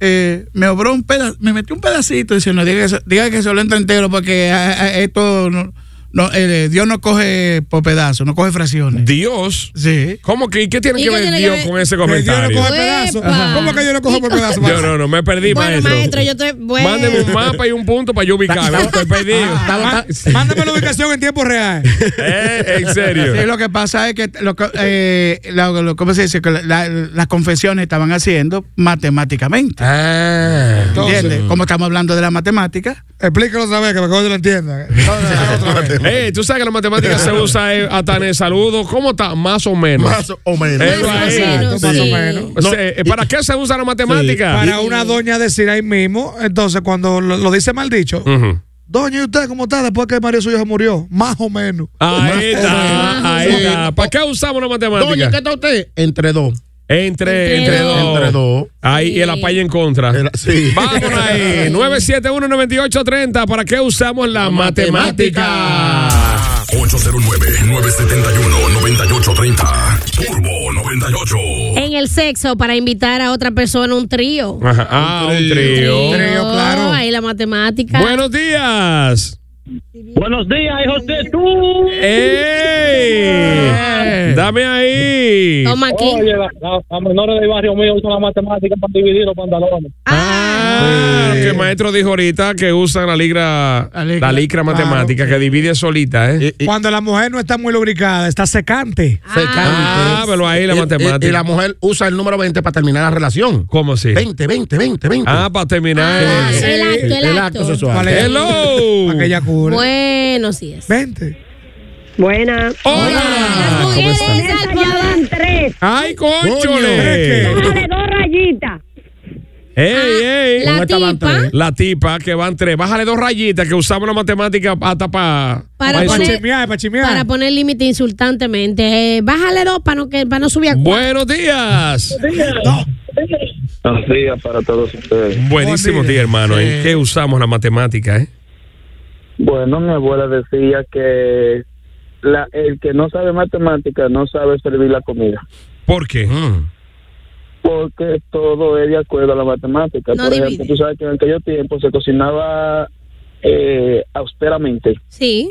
S3: eh, me obró un pedazo, me metió un pedacito. Dice, no, diga, eso- diga que se lo entra entero porque a- a- esto, no, no, eh, Dios no coge por pedazos, no coge fracciones.
S2: Dios.
S3: Sí.
S2: ¿Cómo que? ¿Y qué tiene
S6: ¿Y
S2: que
S6: qué
S2: ver
S6: tiene que
S2: Dios
S6: ver?
S2: con ese
S5: que
S2: comentario?
S5: Yo no cojo pedazo.
S6: Epa.
S5: Ah. ¿Cómo que yo no cojo por pedazo?
S2: Yo no, no, me perdí,
S6: Bueno,
S2: maestro.
S6: maestro, yo estoy. Bueno.
S2: Mándeme un mapa y un punto para yo ubicarme. Estoy perdido.
S5: Ah, Mándame la ubicación en tiempo real.
S2: Eh, en serio.
S3: Sí, lo que pasa es que, lo, que- eh, la- lo- ¿cómo se dice? Que la- la- las confesiones estaban haciendo matemáticamente.
S2: Ah,
S3: ¿Entiendes? Como estamos hablando de la matemática.
S5: Explícalo otra vez, que me acabo de lo entienda.
S2: Eh, tú sabes que la matemática se usa eh, hasta en el saludo. ¿Cómo está? Más o menos.
S4: Más o menos.
S2: Eso
S4: Más o
S2: ahí.
S4: menos,
S2: Más o
S4: sí.
S2: menos.
S4: No,
S2: O sea, eh, ¿Para qué se usa la matemática?
S5: Para una doña decir ahí mismo, entonces cuando lo, lo dice mal dicho,
S2: Ujú.
S5: doña, ¿y usted cómo está después que el marido suyo se murió? Más o menos.
S2: Ahí está, ahí
S4: Sí.
S2: está. ¿Para qué usamos la matemática?
S4: Doña, ¿qué está usted? Entre dos.
S2: Entre, entre dos.
S4: Entre dos.
S2: Ahí, y el apaño en contra.
S4: sí.
S2: Vámonos ahí. 971-9830. ¿Para qué usamos la, matemática?
S1: 809-971-9830. Turbo 98.
S6: En el sexo, para invitar a otra persona a un trío.
S2: Ajá. Ah, un trío.
S6: claro. Ahí la matemática.
S2: Buenos días.
S20: Buenos días, hijos de tú.
S2: Eh, ¡Ey! Dame ahí.
S6: Toma aquí.
S20: Oye, las la, las menores del barrio mío usan la matemática para dividir los pantalones.
S6: Eh.
S2: Ah, que el maestro dijo ahorita que usan la ligra, la licra matemática que divide solita, ¿eh?
S5: Cuando la mujer no está muy lubricada, está secante.
S2: Ah, pero ahí la
S4: Y- y-
S2: matemática.
S4: Y la mujer usa el número 20 para terminar la relación.
S2: ¿Cómo así?
S4: 20, 20, 20, 20.
S2: Ah, para terminar.
S6: Ah, el acto, el
S4: El
S6: acto.
S4: acto sexual.
S5: Vale.
S2: Hello.
S5: Aquella cura.
S6: Buenos días.
S5: Vente.
S21: Buenas.
S2: Hola. ¿Cómo estás?
S21: Ya van tres.
S2: Ay,
S21: Dale
S2: conchole.
S21: dos rayitas.
S2: ¡Ey! Ey, ey.
S6: Ah, la
S2: esta van
S6: tipa.
S2: tres? La tipa que van tres. Bájale dos rayitas que usamos la matemática hasta pa-
S6: Para
S2: pa'
S6: poner-
S2: chismear, pa' chismear.
S6: Para poner límite insultantemente. Eh, bájale dos para no, que- para no subir a cuatro.
S2: Buenos días.
S21: Buenos días para todos ustedes.
S2: Buenísimo día, hermano. ¿En qué usamos la matemática, eh?
S21: Bueno, mi abuela decía que la, el que no sabe matemática no sabe servir la comida.
S2: ¿Por qué?
S21: Porque todo es de acuerdo a la matemática.
S6: No
S21: Por ejemplo,
S6: divide.
S21: tú sabes que en aquellos tiempos se cocinaba eh, austeramente.
S6: Sí.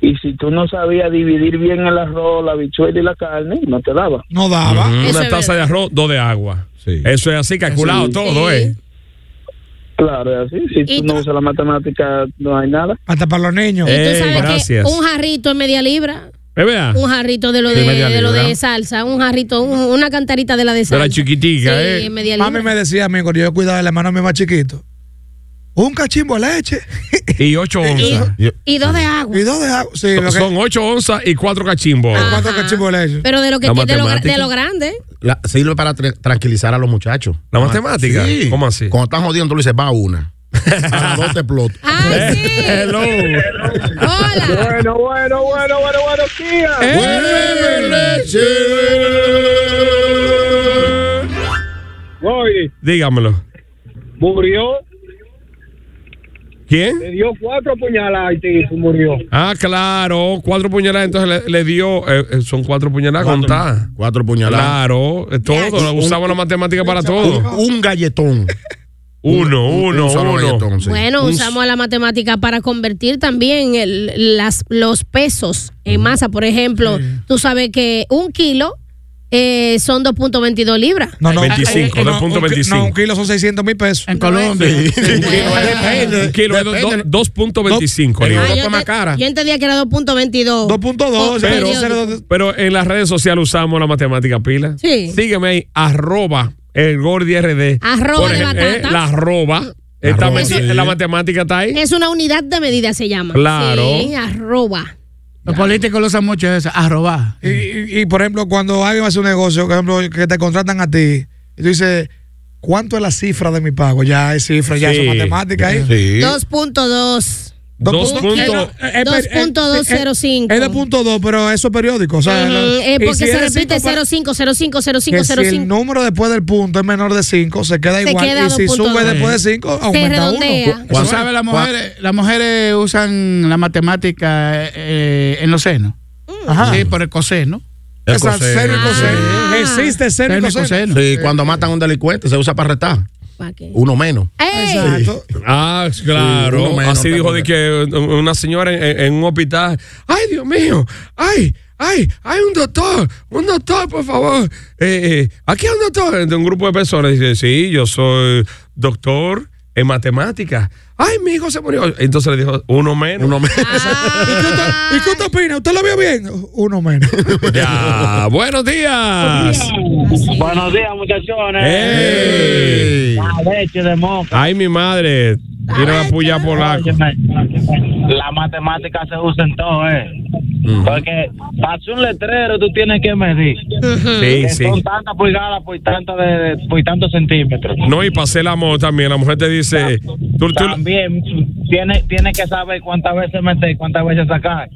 S21: Y si tú no sabías dividir bien el arroz, la bichuela y la carne, no te daba.
S2: No daba. Mm. Una taza de arroz, dos de agua. Eso es así, calculado
S21: Sí.
S2: todo,
S21: Sí.
S2: ¿eh?
S21: Claro, es así. Si
S6: Y
S21: tú no usas la matemática, no hay nada.
S5: Hasta para los niños.
S6: Y
S2: Eh,
S6: tú sabes que un jarrito es media libra.
S2: ¿Verdad?
S6: Un jarrito de lo
S2: Sí,
S6: de,
S2: media
S6: de lo
S2: libra.
S6: de salsa. Un jarrito, un- una cantarita de la de
S5: De
S6: salsa.
S5: la
S2: chiquitica,
S6: Sí, eh. media
S5: Mami
S6: libra.
S5: me decía, amigo, yo cuidaba del hermano mío más chiquito. Un cachimbo de leche.
S2: Y ocho onzas.
S6: Y dos de agua.
S5: Y dos de agua. Sí, lo que-
S2: Son ocho onzas y cuatro cachimbos.
S4: Ah,
S5: Cuatro cachimbos de leche.
S6: Pero de lo que
S4: La
S6: de lo, gra-
S4: matemática.
S6: de lo grande.
S4: La- sirve para tra- tranquilizar a los muchachos.
S2: ¿La matemática? ¿Cómo así?
S4: Cuando están jodiendo, tú le dices, va una. A las dos te exploto.
S2: Eh, Hello.
S7: Bueno, bueno, bueno, bueno, bueno, tía.
S2: Eh.
S7: Goy,
S2: Dígamelo.
S7: murió,
S2: ¿Quién?
S7: le dio cuatro puñaladas y tipo murió.
S2: Ah, claro, cuatro puñaladas, entonces le, le dio, eh, eh, son cuatro puñaladas contadas.
S4: Cuatro puñaladas.
S2: Claro, eh, todo,
S4: Un-
S2: usamos la matemática para todo.
S4: Un, un galletón.
S2: Uno,
S4: Un- un-
S2: uno,
S4: un solo
S2: uno.
S4: galletón, sí.
S6: Bueno,
S4: Un-
S6: usamos la matemática para convertir también el- las, los pesos en masa. Por ejemplo, tú sabes que un kilo eh, son 2.22 libras.
S5: No, no,
S2: 25,
S5: Ah, eh, no, un-
S2: 2.25.
S5: No, un kilo son 600 mil pesos. En
S2: Colombia. Un kilo es do- do- 2.25.
S5: En
S2: Ariel.
S5: Europa
S6: más Yo entendía que era 2.22.
S5: 2.2,
S2: Pero, pero en las redes sociales usamos la matemática pila.
S6: Sí.
S2: Sígueme ahí, arroba el Gordi RD.
S6: Arroba
S2: Por
S6: de
S2: ejemplo,
S6: batata.
S2: eh, la arroba. Está
S6: Arroba,
S2: meti-
S6: sí.
S2: La matemática está ahí.
S6: Es una unidad de medida, se llama.
S2: Claro.
S6: Sí, arroba.
S5: Los políticos lo usan mucho eso,
S3: Ah,
S5: a robar. Y, y- y, por ejemplo, cuando alguien hace un negocio, por ejemplo, que te contratan a ti, y tú dices, ¿cuánto es la cifra de mi pago? Ya hay cifras, ya
S2: Sí.
S5: son matemáticas ahí.
S2: Sí.
S6: 2.2.
S5: Dos punto-
S6: Eh, no,
S5: eh, eh,
S6: 2.205.
S5: Es de punto 2, pero eso es periódico. O sea,
S6: Ujú,
S5: no-
S6: eh,
S5: y
S6: porque
S5: si
S6: se
S5: es de
S6: repite
S2: pues,
S5: cinco pa-
S6: 05, 05,
S5: que
S6: 05,
S5: si el
S6: 05.
S5: número después del punto es menor de 5, se queda
S6: Se
S5: igual.
S6: queda
S5: y si
S6: 2.2.
S5: sube después de 5,
S6: Se
S5: aumenta 1.
S6: redondea.
S3: ¿Tú sabes, las mujeres, las mujeres usan la matemática eh, en los senos?
S5: Mm. Ajá.
S3: Sí, por el coseno.
S4: El Esa, coseno. cero y coseno.
S5: Existe
S3: cero y coseno.
S4: Sí, cuando matan a un delincuente se usa para retar. Uno menos.
S2: Exacto. Ah,
S4: Sí,
S2: claro.
S4: uno menos
S2: Así dijo de que eh, una señora en, en un hospital. ¡Ay, Dios mío! ¡Ay! ¡Ay! ¡Ay, un doctor! ¡Un doctor, por favor! Eh, eh, aquí hay un doctor. De un grupo de personas dice: Sí, yo soy doctor en matemáticas.
S6: Ah.
S2: ¡Ay, mi hijo se murió! Entonces le dijo: Uno menos. Uno menos.
S5: ¿Y
S6: Ah.
S5: qué usted opina? ¿Usted lo vio bien? Uno menos.
S2: ya. Buenos días.
S7: Buenos días, muchachones.
S2: Eh. Ey.
S7: La leche de moca.
S2: ¡Ay, mi madre! Tiene la puya polaco.
S7: La matemática se usa en todo, ¿eh? Porque para hacer un letrero tú tienes que medir.
S2: Sí,
S7: Que
S2: sí.
S7: Son tantas pulgadas por, tanta de, por tantos centímetros.
S2: No, y pasé la moto también. La mujer te dice. Tú, tú-
S7: También tienes tiene que saber cuántas veces meter y cuántas veces sacar.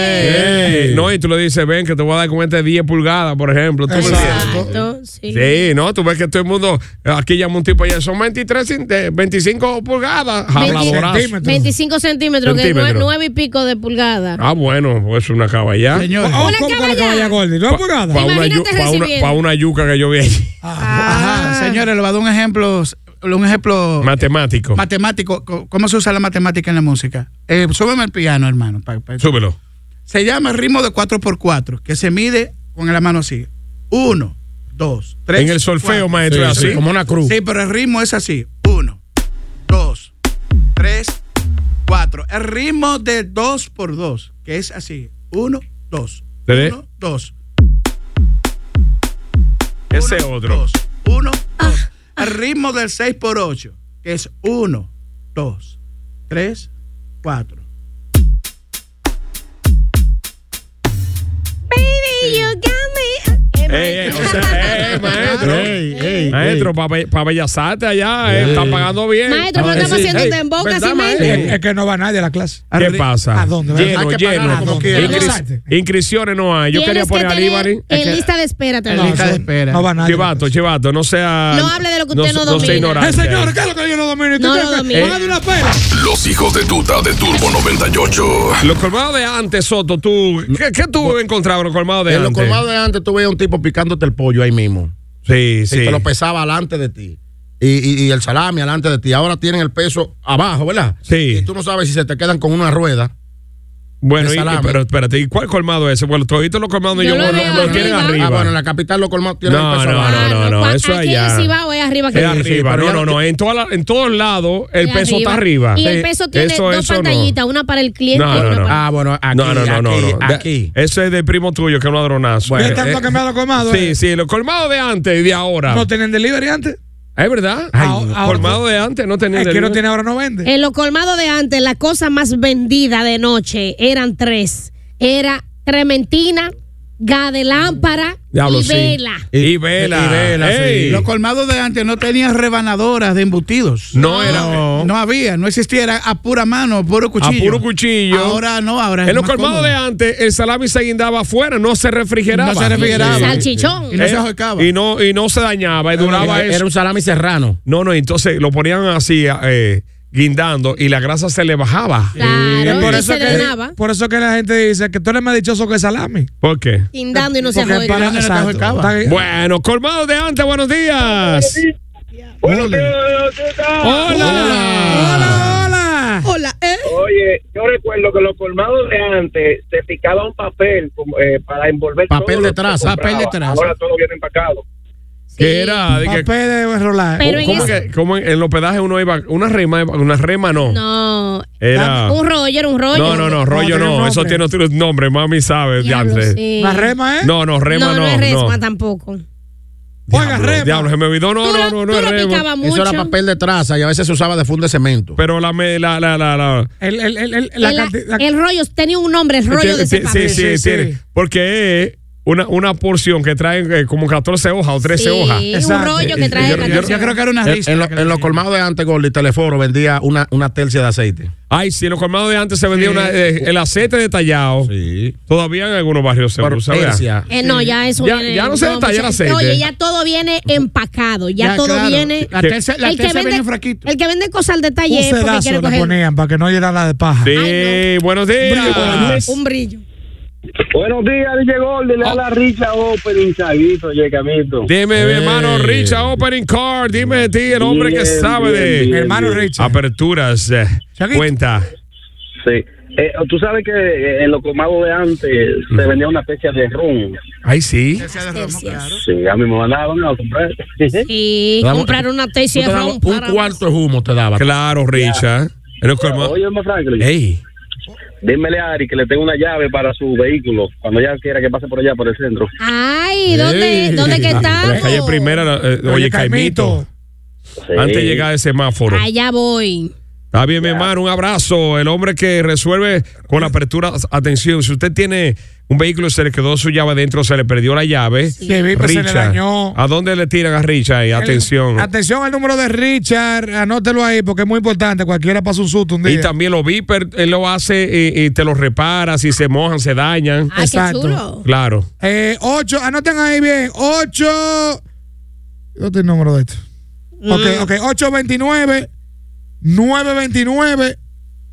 S2: Ey. No, y tú le dices, ven, que te voy a dar con este 10 pulgadas, por ejemplo. ¿Tú me entiendes?
S6: Exacto, sí.
S2: Sí, no, tú ves que todo el mundo. Aquí llama un tipo allá, son 23, cin- de- 25 pulgadas. habladorazo.
S6: 25 centímetros, que es nue-
S2: Centímetros.
S6: nueve y pico de pulgada.
S2: Ah, bueno, pues es una caballá.
S5: Señores.
S2: Pa-
S6: Una caballa.
S2: Para una, yu-
S6: Imagínate
S2: pa' una-
S6: recibiendo.
S2: pa' una yuca que yo vi allí.
S3: Ajá, señores, le voy a dar un ejemplo, un ejemplo
S2: Matemático.
S3: matemático. co- ¿Cómo se usa la matemática en la música? Eh, súbeme el piano, hermano. pa- pa-
S2: Súbelo.
S3: Se llama el ritmo de 4x4, que se mide con la mano así. Uno, dos, tres.
S2: En el solfeo, maestro, es así. Como una cruz.
S3: Sí, pero el ritmo es así. Uno, dos, tres, cuatro. El ritmo de dos por dos, que es así. Uno, dos,
S2: Tres.
S3: uno, dos.
S2: Ese otro.
S3: Uno, dos. El ritmo del 6 por 8 que es 1, 2, 3, 4.
S6: Baby, you got me.
S2: Ey, ey, Eh, o sea, ey, maestro.
S4: Ey, ey,
S2: ey, maestro, para Bellas Artes allá, eh,
S5: Ey.
S2: está pagando bien.
S6: Maestro, pero
S2: Ah,
S6: estamos
S2: sí.
S6: haciendo
S2: Ey,
S6: dembow
S2: ¿verdad,
S6: casi
S2: maestro?
S5: Es, es que no va nadie a la clase.
S2: ¿Qué pasa?
S5: ¿A dónde? ¿Verdad?
S2: Lleno,
S5: Hay que pagar
S2: lleno.
S5: como quiera.
S2: Incris-
S5: Exacto.
S2: inscripciones no hay. Eh, Yo
S6: Tienes
S2: quería
S6: que
S2: poner a
S6: tener
S2: Libari.
S6: En lista de espera
S2: No,
S6: también.
S2: eso-
S5: No va nadie.
S2: Chivato, chivato, no sea.
S6: No hable de lo que usted no
S2: se- sea
S6: domina.
S2: ignorante.
S5: Eh, señor, ¿qué es lo que yo no domino?
S6: No
S5: ¿Tú
S6: lo
S5: crees que-
S6: domino.
S5: Póngale una pera.
S1: Los hijos de tuta de Turbo 98.
S2: Los colmados de antes, Soto, tú. ¿Qué, qué tú encontrabas en los colmados de
S4: En los
S2: antes?
S4: colmados de antes tú veías un tipo picándote el pollo ahí mismo.
S2: Sí,
S4: sí. te lo pesaba alante de ti. Y, y- y el salami alante de ti. Ahora tienen el peso abajo, ¿verdad?
S2: Sí.
S4: Y tú no sabes si se te quedan con una rueda.
S2: Bueno,
S4: de
S2: y-
S4: salame.
S2: pero espérate, ¿y cuál colmado es ese? Bueno, toditos los colmados donde yo,
S6: Yo lo
S2: voy,
S6: veo
S2: lo, lo tienen
S6: arriba.
S2: arriba.
S4: Ah, bueno, en la capital los colmados tienen el
S2: no,
S4: peso
S2: no,
S4: abajo.
S2: no, no, no,
S6: Cua-
S2: eso
S6: aquí
S2: allá.
S6: en el Cibao es arriba que
S2: Es
S6: viene.
S2: arriba, no, no, no. En, toda la- en todos lados el
S6: Es
S2: peso
S6: arriba.
S2: está arriba.
S6: Y
S2: Sí.
S6: el peso tiene
S2: Eso-
S6: dos
S2: eso no.
S6: pantallitas, una para el cliente
S2: No,
S6: y
S2: no,
S6: una
S2: no.
S6: para
S4: Ah, bueno, aquí,
S2: no, no, no, no,
S4: aquí,
S2: no. Da-
S4: aquí.
S2: Eso es de primo tuyo, que es un ladronazo.
S4: Bueno,
S2: Eh,
S5: tanto
S2: eh,
S5: que me ha colmado,
S2: Sí,
S5: eh.
S2: sí, los colmados de antes y de ahora.
S5: No tenían delivery antes.
S2: es verdad.
S5: Ay,
S2: Los
S5: no.
S2: colmados de antes no tenían.
S5: El que no
S2: delivery.
S5: tiene ahora no vende.
S6: En los colmados de antes, la cosa más vendida de noche eran tres. Era trementina, gas de lámpara
S2: Diablo,
S6: y
S2: sí.
S6: vela.
S2: Y, vela.
S4: Y vela,
S2: Ey.
S4: sí.
S3: Los colmados de antes no tenían rebanadoras de embutidos.
S2: No era.
S3: No había, no existía, era a pura mano, a puro cuchillo.
S2: A puro cuchillo.
S3: Ahora no, ahora es
S2: En los
S3: más
S2: colmados
S3: cómodo.
S2: de antes, el salami se guindaba afuera, no se refrigeraba.
S3: No se refrigeraba.
S6: Salchichón.
S3: Y no se
S2: Era-
S3: ahorcaba.
S2: Y no, y no se dañaba, y duraba
S4: Era
S2: eso.
S4: un salami serrano.
S2: No, no, entonces lo ponían así, eh, guindando, y la grasa se le bajaba. Eh,
S6: Claro,
S5: Por
S6: y
S5: eso,
S6: se
S5: que,
S6: drenaba.
S5: por eso que la gente dice que tú eres más dichoso que salami.
S2: ¿Por qué?
S6: Tindando y no se
S5: Porque
S6: jode.
S5: para- exacto. Está-
S2: Bueno, colmados de antes, buenos días. Hola.
S5: Hola.
S6: Hola, ¿eh?
S22: Oye, yo recuerdo que los colmados de antes se picaba un papel como, eh, para envolver
S4: Papel
S22: todo
S4: de
S22: lo que
S4: traza,
S22: compraba.
S4: papel de traza.
S22: Ahora todo viene empacado.
S2: ¿Qué era? De que-
S5: Papel de enrolar.
S6: Pero en
S2: ¿Cómo
S6: ese-
S2: que- cómo en el hospedaje uno iba? Una rema, una rema no.
S6: No.
S2: Era.
S6: Un rollo, era un rollo.
S2: No, no, no, rollo
S5: tiene
S2: no.
S5: nombre.
S2: Eso tiene otro nombre, mami sabe.
S6: Diablo,
S2: diantre.
S6: sí.
S5: La rema, ¿eh?
S2: No, no, rema
S6: no, no es
S2: no.
S6: resma tampoco.
S5: Oiga,
S2: Diablo,
S5: rema.
S2: Diablo, se me olvidó. No,
S6: Tú
S2: no,
S6: lo-
S2: no,
S6: tú
S2: no es
S6: lo
S2: rema.
S6: picabas
S4: Eso era
S6: mucho.
S4: papel de traza y a veces se usaba de funda de cemento.
S2: Pero la, me- la, la, la, la.
S5: El, el, el, el- la
S6: El,
S5: cantidad-
S6: el rollo tenía un nombre, el rollo
S2: Tiene-
S6: de ese
S2: tiene-
S6: papel.
S2: Sí, sí,
S5: Sí,
S2: tiene.
S5: sí.
S2: Porque es una, una porción que traen eh, como 14 hojas o 13
S6: Sí,
S2: hojas.
S6: un
S5: Exacto.
S6: rollo que trae
S2: Eh, Yo- yo-
S3: Yo,
S6: 14.
S3: creo que era una
S4: En,
S3: risa.
S4: en lo- en los colmados de antes, Gordy, Teleforo vendía una, una tercia de aceite.
S2: Ay, sí, en los colmados de antes se vendía una, eh, el aceite detallado.
S4: Sí.
S2: Todavía en algunos barrios se
S4: Por
S2: usa. ¿verdad?
S4: tercia.
S6: Eh, no, ya eso
S2: Ya-
S6: viene-
S2: ya no se detalla el
S6: muchacho.
S2: aceite.
S6: Oye, ya todo viene empacado. Ya,
S3: Ya,
S6: todo
S3: claro.
S6: viene.
S3: La
S2: Que-
S3: tercera la
S6: el, que
S3: tercera venía
S6: vende,
S3: fraquito.
S6: el que vende cosas al detalle
S5: Un
S6: es porque quiere
S5: sedazo le
S6: coger
S5: ponían para que no llenara de paja.
S2: Sí,
S6: Ay,
S2: buenos días.
S6: un brillo.
S22: Buenos días, DJ Gordy. Le
S2: Ah.
S22: habla Richa Open, chavito, oye, Camito.
S2: Dime, mi
S4: Eh.
S2: hermano Richard Opening Card, dime de ti, el hombre que
S22: Bien,
S2: sabe
S22: bien,
S2: de
S22: bien, Mi
S5: hermano bien. Richard.
S2: aperturas. eh,
S5: Chaguito.
S2: cuenta.
S22: Sí. Eh, tú sabes que eh, en los colmados de antes se vendía una especie de ron.
S2: Ay, sí.
S22: Sí, a mí me mandaban a comprar.
S6: Y
S4: Vamos,
S6: comprar una
S4: Tú
S6: tesis
S4: te
S6: de
S4: daba
S6: ron.
S4: un
S6: para-
S4: cuarto de humo te daba.
S2: Claro, Richard. En los colmados-
S22: Oye, hermano Franklin,
S2: Ey.
S22: dímele a Ari que le tengo una llave para su vehículo cuando ella quiera que pase por allá, por el centro.
S6: Ay, ¿dónde,
S4: Ey.
S6: ¿dónde que
S4: Ah,
S2: En la calle
S6: estamos?
S2: primera, la- eh, oye, Caimito. Antes de llegar al semáforo.
S6: Allá voy.
S2: Está bien, mi hermano, un abrazo. El hombre que resuelve con la apertura. Atención, si usted tiene un vehículo y se le quedó su llave dentro, se le perdió la llave.
S5: Que Vipe pues se le
S2: Richard,
S5: dañó.
S2: ¿A dónde le tiran a Richard? ahí? atención.
S5: El- atención al número de Richard. Anótelo ahí porque es muy importante. Cualquiera pasa un susto un día.
S2: y también los viper, él lo hace y, y te los repara, si se mojan, se dañan.
S6: Ay,
S5: Exacto.
S6: qué chulo.
S2: Claro.
S5: Eh, ocho, anoten ahí bien. 8. Yo tengo el número de esto. Ok, ok. 829 929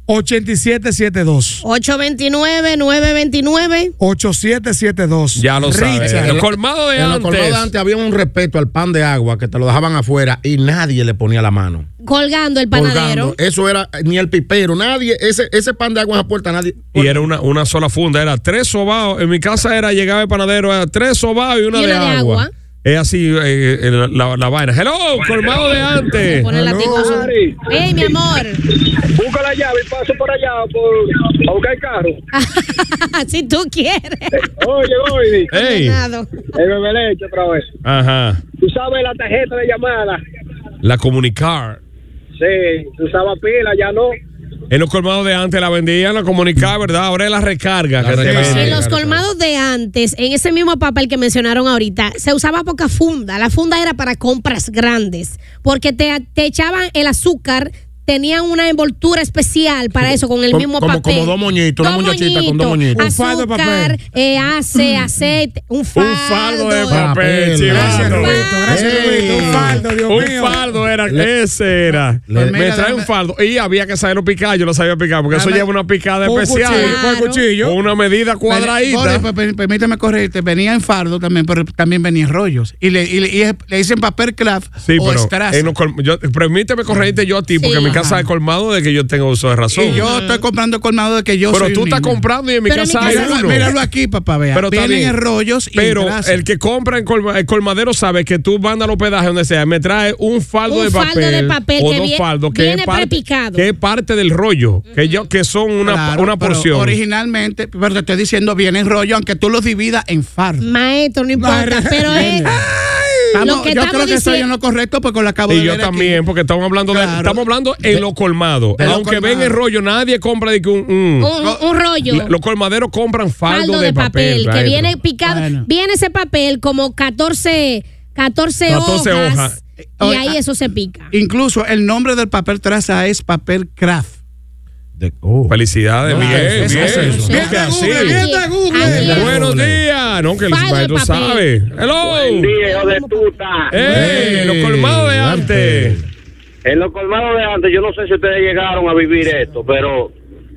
S5: 8772.
S6: 829, 929.
S5: 8772.
S2: Ya lo sabes.
S5: Richard.
S2: En los colmados de
S4: Eh, en los
S2: antes.
S4: colmados de antes había un respeto al pan de agua que te lo dejaban afuera y nadie le ponía la mano.
S6: Colgando el panadero.
S4: Colgando. Eso era eh, ni el pipero, nadie, ese, ese pan de agua en la puerta, nadie.
S2: Y era una, una sola funda, era tres sobaos. En mi casa era llegaba el panadero, era tres sobaos y una, de, agua. Es así eh, eh, la, la- la vaina. Hello, colmado de antes.
S6: Pone el latigazo.
S22: Ari,
S6: Ey, mi amor.
S22: busca la llave y paso por allá por, a buscar el carro.
S6: si tú quieres.
S22: Oye, oye,
S2: Ey.
S6: Nada.
S22: el bebé leche otra vez.
S2: Ajá.
S22: Tú sabes la tarjeta de llamada.
S2: La comunicar.
S22: Sí, se usaba pila, ya no.
S2: En los colmados de antes la vendían, la comunicaba, ¿verdad? Ahora es la recarga. que te venden.
S6: En los colmados de antes, en ese mismo papel que mencionaron ahorita, se usaba poca funda. La funda era para compras grandes, porque te, te echaban el azúcar, tenían una envoltura especial para eso, con el
S4: Como-
S6: mismo
S4: como-
S6: papel.
S4: como dos moñitos, una muñachita con dos moñitos. Mm. Un fardo de papel.
S6: Azúcar, eh, ace, aceite, un fardo.
S2: de papel,
S4: Gracias,
S2: chivando.
S4: Roberto, gracias,
S2: Ey.
S4: Roberto. Un fardo, Dios
S2: Un
S4: mío.
S2: fardo era,
S4: Le-
S2: ese era.
S4: Le-
S2: me
S4: Mira,
S2: trae un fardo. Y había que saberlo picar, yo lo sabía picar, porque eso
S3: Dame-
S2: lleva una picada
S3: Con un
S2: especial.
S3: cuchillo, con el cuchillo.
S2: Con una medida
S3: Gole,
S2: cuadradita.
S3: per- per- pues, permíteme corregirte, venía en fardo también, pero también venía en rollos. Y le, y le, y es- le dicen papel craft
S2: Sí,
S3: o
S2: pero
S3: strass.
S2: en los colm- yo- permíteme corregirte yo a ti, porque
S3: Sí.
S2: en mi casa es colmado de que yo tengo uso de razón.
S3: Y yo estoy comprando colmado de que yo
S2: Pero
S3: soy
S2: tú
S3: un
S2: estás
S3: niño.
S2: comprando y en mi Pero en casa mi hay
S3: míralo,
S2: uno.
S3: míralo aquí, papá, vea.
S2: Pero está
S3: Vienen
S2: bien.
S3: en rollos y en
S2: Pero
S3: strass.
S2: el que compra en colma- el colmadero sabe que tú mandas los pedajes donde sea, me trae un fardo,
S6: Un
S2: de,
S6: fardo
S2: papel,
S6: de papel
S2: o
S6: que
S2: dos
S6: vie-
S2: faldos que
S6: viene
S2: es parte-
S6: prepicado.
S2: que es parte del rollo, que yo que son una
S3: Claro,
S2: una
S3: pero
S2: porción.
S3: Originalmente, pero te estoy diciendo, vienen en rollo, aunque tú los dividas en fardo.
S6: Maestro, no importa, pero es-
S3: Estamos-
S6: lo que
S3: yo
S6: estamos
S3: creo que estoy
S6: diciendo-
S3: en lo correcto pues, porque lo acabo
S2: y
S3: de
S2: yo
S3: ver aquí.
S2: también, porque estamos hablando de-
S3: Claro.
S2: estamos hablando en
S3: De-
S2: lo colmado.
S3: de lo
S2: Aunque ven
S3: colmado. Oh.
S2: el rollo, nadie compra de que un, un-
S6: Un- un rollo.
S2: La- Los colmaderos compran faldo,
S6: Caldo
S2: de, papel,
S6: que
S2: maestro.
S6: viene picado. Viene ese papel como 14, 14,
S3: 14
S6: hojas,
S3: hojas.
S6: Y ahí eso se pica.
S3: Incluso el nombre del papel traza es papel craft.
S2: Felicidades,
S3: No,
S2: bien,
S3: Oh. eso
S2: bien.
S3: es eso.
S2: Bien,
S3: Mira
S2: así.
S3: Google, mira Google.
S2: Buenos días. No, que el
S3: Faldo de
S2: maestro
S3: papel.
S2: sabe. Hello.
S22: Buen día, hijo de
S4: Ah.
S22: puta.
S2: ¡Ey! Los colmados de antes.
S22: En los colmados de antes, yo no sé si ustedes llegaron a vivir esto, pero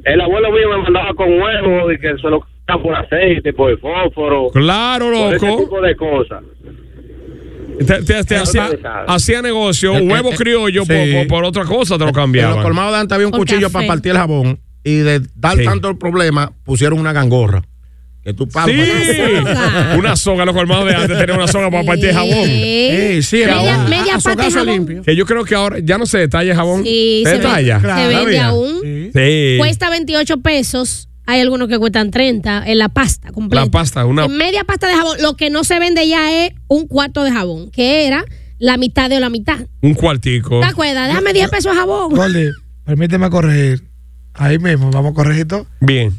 S22: el abuelo mío me mandaba con huevos y que se lo quitaban por aceite, por fósforo.
S2: Claro,
S22: por ese
S2: loco.
S22: tipo de cosas.
S2: Te, te- te
S22: Ya
S2: hacía,
S22: usted sabe.
S2: hacía negocio,
S4: Eh,
S2: huevo
S4: eh, eh,
S2: criollo,
S4: sí.
S2: por, por- por otra cosa te lo
S4: En los
S2: cambiaban.
S4: colmados de antes había un
S2: Por
S4: cuchillo
S2: café.
S4: para partir el jabón y de dar
S2: Sí.
S4: tanto el problema pusieron una gangorra. Que tú pagas.
S2: Sí, una soga, los colmados de antes tenían una soga para partir jabón.
S4: Sí, sí,
S2: Que
S4: Media-
S2: ahora-
S4: media
S2: a- a
S4: pata de
S2: sogazo
S4: jabón.
S2: limpio. Que yo creo que ahora ya no se detalla jabón.
S6: Sí,
S2: se
S6: se, ve-
S2: detalla.
S6: se vende
S2: Todavía.
S6: aún.
S2: Sí.
S6: Cuesta 28 pesos. Hay algunos que cuestan 30 en la pasta completa.
S2: La pasta, una.
S6: En media pasta de jabón. Lo que no se vende ya es un cuarto de jabón, que era la mitad de la mitad.
S2: Un cuartico.
S6: ¿Te acuerdas? Déjame 10 pesos de jabón.
S5: Gordy, permíteme corregir. Ahí mismo, vamos a corregir todo.
S2: Bien.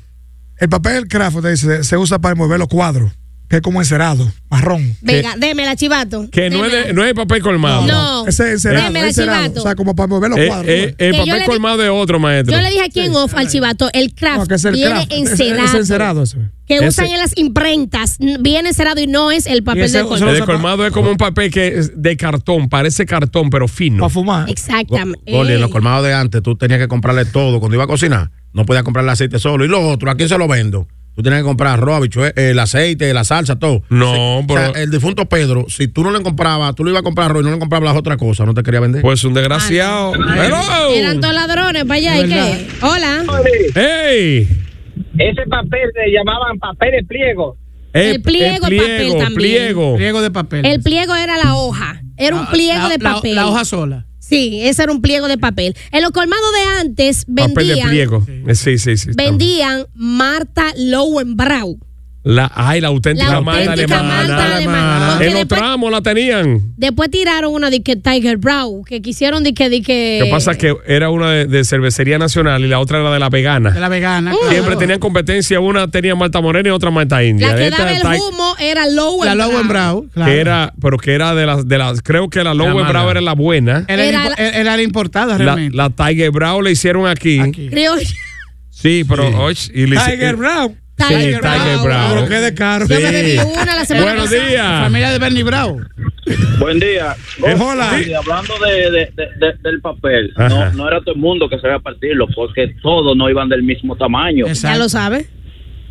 S5: El papel craft te dice, se usa para envolver los cuadros, que es como encerado, marrón.
S6: Venga, démela, chivato.
S2: Que no es, de- no es papel colmado.
S6: No.
S5: Ese es encerado,
S6: Démela,
S5: es encerado.
S6: chivato.
S5: O sea, como para envolver los
S2: Eh,
S5: cuadros.
S2: eh, el
S6: Que yo le
S2: papel
S6: di-
S2: colmado de otro, maestro.
S6: Yo le dije aquí en off al chivato, el craft
S5: No, que es el
S6: viene
S5: craft. Es- es-
S6: encerado.
S5: es encerado eso.
S6: Que
S2: Ese-
S6: usan en las imprentas, n- viene encerado y no es el papel de
S2: El de colmado es como un papel que es de cartón, parece cartón, pero fino. Para
S5: fumar.
S6: Exactamente.
S4: Goli, en los colmados de antes tú tenías que comprarle todo. Cuando iba a cocinar, no podías comprar el aceite solo. Y lo otro, ¿a quién se lo vendo? Tú tenías que comprar arroz, bichue, el aceite, la salsa, todo.
S2: No,
S4: O sea,
S2: pero-
S4: el difunto Pedro, si tú no le comprabas, tú le ibas a comprar arroz y no le comprabas las otras cosas, no te quería vender.
S2: Pues un desgraciado.
S6: Eran todos ladrones para allá. ¿Y qué? Hola.
S2: ¡Ey!
S8: Ese papel le llamaban papel de pliego.
S6: El pliego
S7: eh,
S6: es papel también.
S3: Pliego de papel.
S6: El pliego era la hoja. Era un
S3: La-
S6: pliego
S3: la-
S6: de
S3: la-
S6: papel.
S3: La, hoja sola.
S6: Sí, ese era un pliego de papel. En los colmados de antes
S2: Papel de
S6: vendían,
S2: pliego. Eh, Sí, sí, sí. está.
S6: vendían Marta Lowenbrau.
S2: La, ay, la auténtica,
S6: La
S2: manta
S6: auténtica
S2: alemana.
S6: manta alemana. Porque
S2: En los
S6: después-
S2: tramos la tenían.
S6: Después tiraron una de que Tiger Brau, que quisieron de que... De que
S2: Lo que pasa es que era una de, de cervecería nacional y la otra era de la vegana.
S3: De la
S6: Mm.
S3: vegana.
S2: Siempre tenían competencia, una tenía Marta Morena y otra Marta India.
S6: La que
S2: Esta
S6: daba el
S2: Tai-
S6: humo era Lowenbrau.
S2: que era, pero que era de las, de las, creo que la Lowe
S3: amarga.
S2: Bravo era la buena.
S3: Era,
S6: Era
S3: la, impo- era la importada
S2: La,
S3: realmente.
S2: la Tiger Bravo la hicieron aquí.
S6: Criolla.
S2: Sí, pero och, y le-
S3: Tiger
S2: y-
S3: Bravo.
S2: Sí,
S3: Tiger
S2: Tiger,
S3: Bravo.
S5: eh,
S2: Bravo.
S3: Pero qué de caro.
S2: Sí.
S3: Yo me bebí una la semana
S2: Buenos
S3: pasada.
S2: días.
S3: Familia de Bernie Bravo.
S22: Buen día.
S2: hola.
S8: Y hablando de, de- de- de- del papel, no, no era todo el mundo que sabía partirlo porque todos no iban del mismo tamaño.
S6: Ya lo sabe.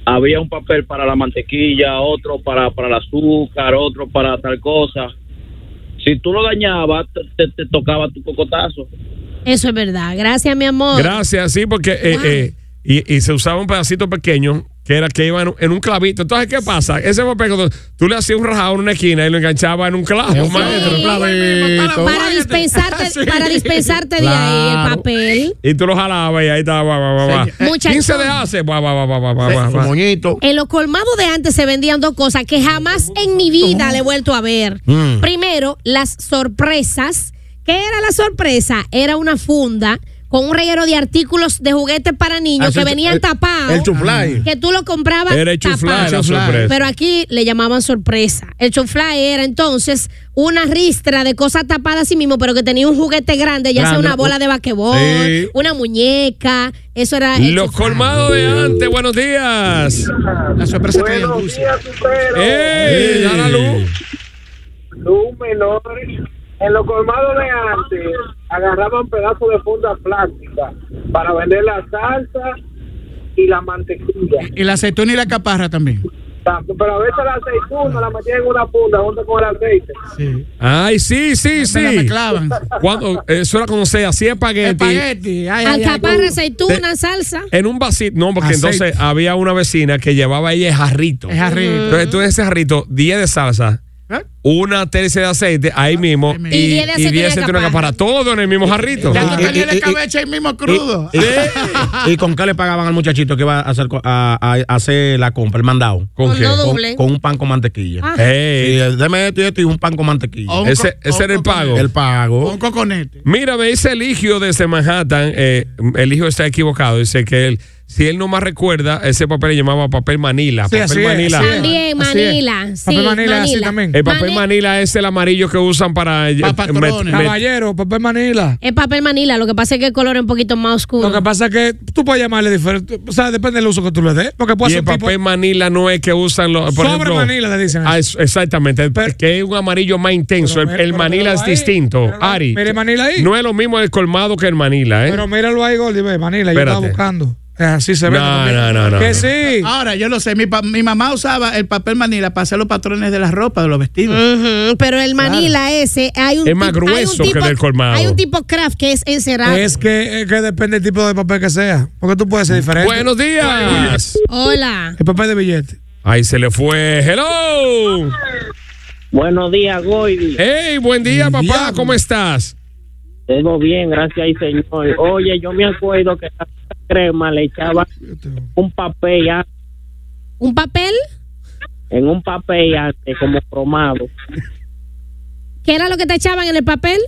S8: Había un papel para la mantequilla, otro para, para el azúcar, otro para tal cosa. Si tú lo dañabas, te, te- te tocaba tu cocotazo.
S6: Eso es verdad. Gracias, mi amor.
S2: Gracias, sí, porque eh, eh, y, y se usaba un pedacito pequeño que era que iba en, un- en un clavito. Entonces, ¿qué pasa? Ese papel, cuando tú le hacías un rajado en una esquina y lo enganchabas en un clavo, maestro.
S6: Para dispensarte, para dispensarte de ahí el
S2: Claro.
S6: papel.
S2: Y tú lo jalabas y ahí estaba. va, va, va, va.
S6: Muchachón.
S2: ¿Quién se deshace? Va, va, va, va, va, va, va, va.
S6: En los colmados de antes se vendían dos cosas que jamás en mi vida le he vuelto a ver.
S2: Mm.
S6: Primero, las sorpresas. ¿Qué era la sorpresa? Era una funda con un reguero de artículos de juguetes para niños
S4: Ah,
S6: que
S4: el-
S6: venían
S4: el-
S6: tapados.
S4: el chuflay.
S6: Que tú lo comprabas.
S4: Era el chuflay,
S6: tapado.
S4: la sorpresa.
S6: Pero aquí le llamaban sorpresa. El chuflay era entonces una ristra de cosas tapadas a sí mismo, pero que tenía un juguete grande, ya sea
S2: Grande.
S6: una bola de basquetbol,
S2: Sí.
S6: una muñeca. Eso
S3: Ah,
S6: era. el
S2: Los
S6: chuflay.
S2: colmados de antes, buenos días. La sorpresa que en ¡Ey! da la luz!
S7: Luz menores. En los colmados de antes agarraban pedazos de funda plástica para vender la salsa y la mantequilla.
S3: Y la aceituna y la caparra también.
S7: Pero a veces la aceituna la metían en una funda junto con el aceite.
S2: Ay, sí, sí, sí.
S3: la mezclaban.
S2: Cuando, eso era cuando se hacía espagueti.
S3: Espagueti. ay, ay, ay,
S6: Alcaparra,
S3: con-
S6: aceituna, salsa.
S2: En un vasito, no, porque
S3: Aceite.
S2: entonces había una vecina que llevaba ella el jarrito.
S3: Es jarrito.
S2: Entonces tú de ese jarrito, 10 de salsa,
S3: ¿Eh? Ah,
S2: una tercia de aceite ahí mismo
S3: mismo.
S2: y
S3: Y
S2: 10
S3: diez de aceite
S2: de
S3: de
S2: aceite una
S3: alcaparra.
S2: capara, todo en el mismo jarrito.
S3: Ya tú tenías
S4: y-
S3: el
S4: y-
S3: escabeche ahí mismo crudo.
S4: Y, ¿Y con qué le pagaban al muchachito que iba a hacer, co- a, a- a hacer la compra, el mandado?
S2: ¿Con Con qué? dos
S4: Con,
S2: dobles.
S4: con un pan con mantequilla.
S2: Ah.
S4: Sí, deme esto y esto y un pan con mantequilla.
S2: O un Ese- co- ese o un era el coconete. pago.
S4: El pago.
S3: Un coconete.
S2: Mira, me dice Eligio desde Manhattan, eh, Eligio está equivocado, dice que él, si él no más recuerda, ese papel le llamaba papel Manila.
S5: Sí,
S2: papel
S5: así es,
S2: Manila.
S5: así es.
S6: También
S5: Así es.
S6: Manila. Sí,
S5: Papel Manila, así también.
S2: El papel Manila es el amarillo que usan para... eh, met- met-
S5: Caballero, papel Manila.
S6: Es papel manila, lo que pasa es que el color es un poquito más oscuro.
S5: Lo que pasa es que tú puedes llamarle diferente. O sea, depende del uso que tú le des. Porque puede
S2: Y
S5: ser
S2: el
S5: un tipo.
S2: papel manila no es que usan los. por
S5: Sobre
S2: ejemplo,
S5: manila le dicen.
S2: Ah, es- exactamente, que es un amarillo más intenso. el el manila es distinto. Ari.
S5: mire manila ahí.
S2: No es lo mismo el colmado que el manila, ¿eh?
S5: Pero míralo ahí, Gordy, ve, Manila, yo estaba
S2: Espérate.
S5: buscando. Eh, Así se ve.
S2: No,
S5: también.
S2: no, no, no,
S5: Que
S2: no.
S5: sí.
S3: Ahora, yo lo sé, mi, pa- mi mamá usaba el papel manila para hacer los patrones de la ropa, de los vestidos.
S6: Ujú, pero el manila ese hay un
S3: Es más
S6: tip- hay un
S3: grueso
S6: tipo-
S3: que del colmado.
S6: Hay un tipo craft que es encerado.
S5: Es que, es que depende del tipo de papel que sea. Porque tú puedes ser diferente.
S2: Mm.
S5: Oh.
S2: Buenos días.
S6: Hola.
S5: El papel de billete.
S2: Ahí se le fue. Hello.
S9: Buenos días, Goy.
S2: Hey, buen día, papá. ¿Cómo estás?
S9: Tengo bien, gracias al Señor. Oye, yo me acuerdo que a la crema le echaba un papel antes,
S6: ¿Un papel?
S9: en un papel antes, como cromado.
S6: ¿Qué era lo que te echaban en el papel?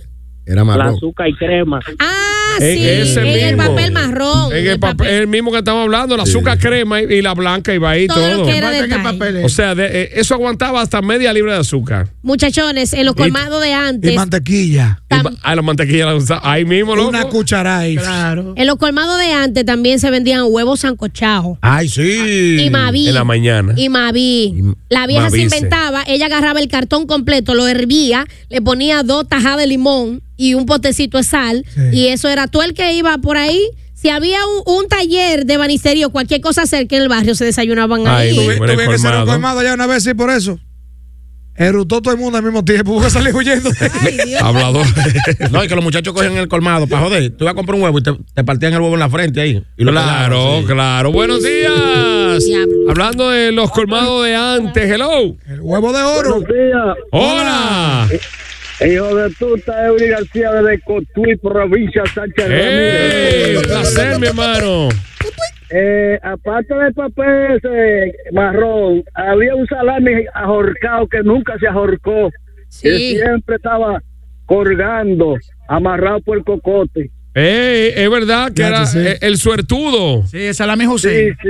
S4: Era
S9: marrón. La azúcar y crema.
S6: Ah,
S2: En
S6: sí.
S2: ese
S6: en el
S2: mismo.
S6: papel marrón.
S2: En el, papel, el mismo que estamos hablando, la azúcar crema y, y la blanca iba ahí
S6: Todo
S2: todo.
S6: lo que era Muestra detalle. qué
S2: o sea, de- eh, eso aguantaba hasta media libra de azúcar.
S6: Muchachones, en los colmados de antes.
S5: mantequilla.
S2: Ah, la mantequilla la usaba ahí mismo, loco.
S5: Una cucharada ahí.
S3: Claro.
S6: En los colmados de antes también se vendían huevos sancochados.
S4: Ay, sí.
S6: Y Mavi.
S2: En la mañana.
S6: Y Mavi. La vieja
S2: Mavice.
S6: se inventaba, ella agarraba el cartón completo, lo hervía, le ponía dos tajadas de limón y un potecito de sal. Y eso era todo el que iba por ahí. Si había un, un taller de banistería o cualquier cosa cerca en el barrio, se desayunaban ahí.
S2: Ahí mismo,
S5: Tuve,
S2: era
S5: tuve que ser un
S2: colmado.
S5: colmado ya una vez y por eso. Erutó todo el mundo al mismo tiempo. Hubo que salir huyendo.
S4: Hablador. no, y que los muchachos cogen el colmado para joder. Tú vas a comprar un huevo y te, te partían el huevo en la frente ahí. Y lo
S2: Claro,
S4: pelaban, sí.
S2: claro. Buenos días. Hablando de los colmados de antes, hello.
S5: El huevo de oro.
S2: Hola.
S7: Eh, Hijo de tuta, Eury García desde Cotuí, provincia Sánchez
S2: ¡Ey! ¡Eh! Un placer, mi hermano.
S7: Eh, aparte del papel ese marrón, había un salami ahorcado que nunca se ahorcó. Que siempre estaba colgando, amarrado por el cocote.
S2: Ey, Eh, es verdad que era eh, el suertudo.
S3: Sí, esa es la misma José.
S7: Sí,